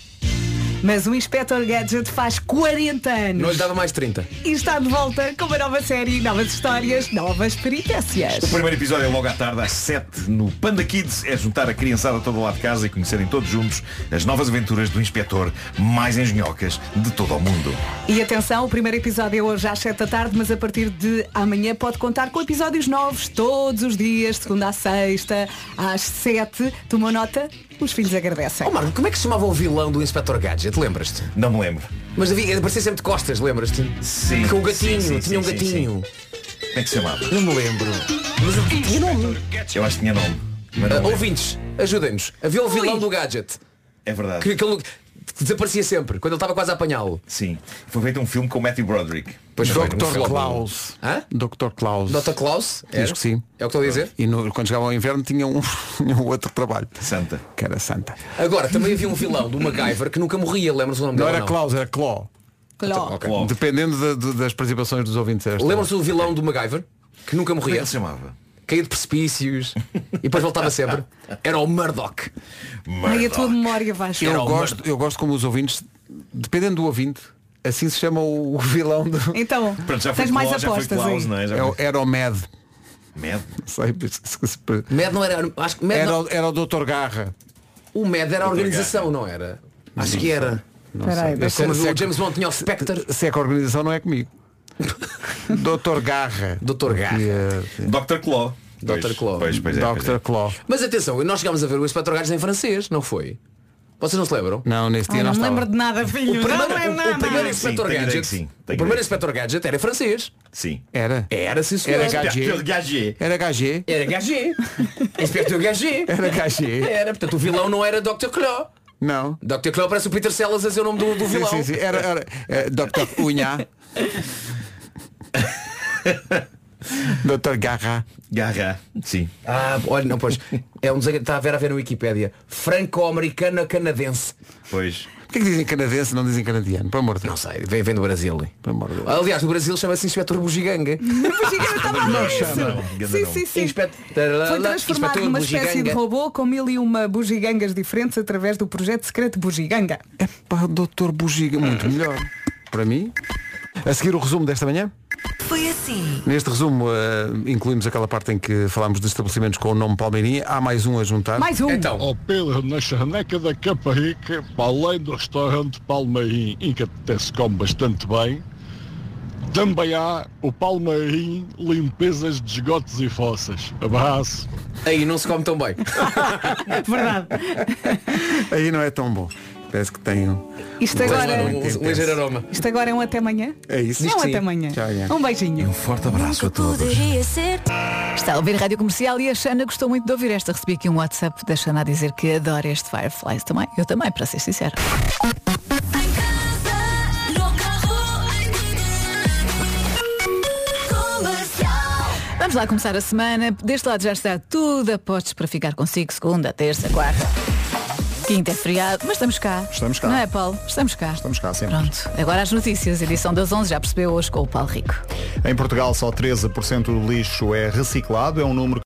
Mas o Inspector Gadget faz 40 anos.
Não lhe dava mais 30.
E está de volta com uma nova série, novas histórias, novas peripécias.
O primeiro episódio é logo à tarde, às 7, no Panda Kids. É juntar a criançada toda lá de casa e conhecerem todos juntos as novas aventuras do inspetor mais engenhocas de todo o mundo.
E atenção, o primeiro episódio é hoje às 7 da tarde, mas a partir de amanhã pode contar com episódios novos todos os dias, de segunda à sexta, às 7. Toma nota, os filhos agradecem.
Ó Marco, como é que se chamava o vilão do Inspector Gadget? Lembras-te?
Não me lembro.
Mas havia, aparecia sempre de costas, lembras-te?
Sim.
Com o gatinho,
sim, sim,
tinha um
sim,
gatinho.
Como é que se chamava?
Não me lembro. Mas tinha nome.
Eu acho que tinha nome. mas não
Ah,
me lembro.
ouvintes, ajudem-nos. Havia o vilão do Gadget.
É verdade.
Que, que ele- que desaparecia sempre, quando ele estava quase a apanhá-lo.
Sim. Foi feito um filme com o Matthew Broderick.
Pois foi, um
Dr.
filme.
Klaus. Dr. Klaus.
Dr. Klaus? Era?
Diz que sim.
É o que estou a dizer?
E no- quando chegava ao inverno tinha um, tinha um outro trabalho.
Santa. é
Que era Santa.
Agora, também havia um vilão do MacGyver que nunca morria, lembras o nome
Não
dele?
era
ou
Klaus, era Claw.
Claro.
Dependendo da- do- das participações dos ouvintes. é esta-
Lembram-se do vilão do MacGyver que nunca morria?
Como é que se chamava?
Caía de precipícios e depois voltava sempre. Era o Murdoch.
Ai, a tua memória vai
Eu
chorar.
gosto, eu gosto como os ouvintes, dependendo do ouvinte, Assim se chama o o vilão do.
Então,
Pronto, já foi tens mais Klaus, já foi apostas Klaus, aí. não é? Já
o-
foi-
Era o Med.
Med?
Sei, mas-
Med não era. Acho
É
que Med
Era,
não-
o- era o Dr. Garra.
O MED era a
Outra
organização,
garra.
não era? Acho que era.
Não Espera sei. aí,
Eu
deixa-
como
se é
o
que-
James Bond tinha o Spectre.
Se é que a organização não é comigo. Dr. Garra. eh,
Dr. Garra.
Dr. Claw.
Dr. Claw.
Pois, pois é, pois é.
Dr. Claw.
Mas atenção, nós chegámos a ver o Inspector Gadget em francês, não foi? Vocês não se lembram?
Não, nesse
Ai, não me lembro de nada, filho.
O primeiro,
não é
o-
nada.
O primeiro Inspector
tenho ideia que
Gadget,
sim, tenho
o
ideia
primeiro
que
Inspector Gadget era francês.
Sim.
Era?
Era, sim senhor.
Era Gadget. Era Gadget.
Era Gadget. Inspector Gadget.
Era Gadget.
Era, portanto o vilão não era Dr. Claw.
Não.
Dr. Claw parece o Peter Sellers a dizer o nome do, do vilão.
Sim, sim, sim. Era, era, eh, Dr. Unha. Dr. Garra.
Garra, sim.
Ah, olha, não, pois. É um desenho, está a ver a ver na Wikipédia. Franco-americana-canadense.
Pois.
Porquê que dizem canadense e não dizem canadiano? Pelo amor de Deus.
Não sei, vem, vem do Brasil.
Pelo amor de Deus.
Aliás, no Brasil chama-se Inspector Bugiganga.
Bugiganga estava a ver isso. Sim, sim, sim. Foi transformado numa espécie de robô com mil e uma bugigangas diferentes através do projeto secreto Bugiganga.
Pá, Dr. Bugiga, muito melhor. Para mim. A seguir o resumo desta manhã.
Foi assim.
Neste resumo, eh, incluímos aquela parte em que falámos de estabelecimentos com o nome Palmeirinha. Há mais um a juntar.
Então. Ao Pedro, na charneca da Caparica, para além do restaurante Palmeirim, em que até se come bastante bem, também há o Palmeirim Limpezas de Esgotos e Fossas. Abraço.
Aí não se come tão bem.
Verdade.
Aí não é tão bom. Parece que tem um.
Isto
um
agora-
aroma muito
Um- um
intenso.
ligeiro aroma.
Isto agora é um até amanhã?
É isso.
É um
Diz que sim.
até amanhã.
Tchau, Ian.
Um beijinho.
Forte abraço a todos. Está a ouvir a Rádio Comercial e a Xana gostou muito de ouvir esta. Recebi aqui um WhatsApp da Xana a dizer que adora este Fireflies também. Eu também, para ser sincera. Vamos lá começar a semana. Deste lado já está tudo a postos para ficar consigo segunda, terça, quarta. Quinta é feriado, mas estamos cá.
Estamos cá.
Não é, Paulo? Estamos cá. Estamos
cá sempre.
Pronto. Agora as notícias, edição das 11, já percebeu hoje com o Paulo Rico.
Em Portugal, só 13% do lixo é reciclado. É um número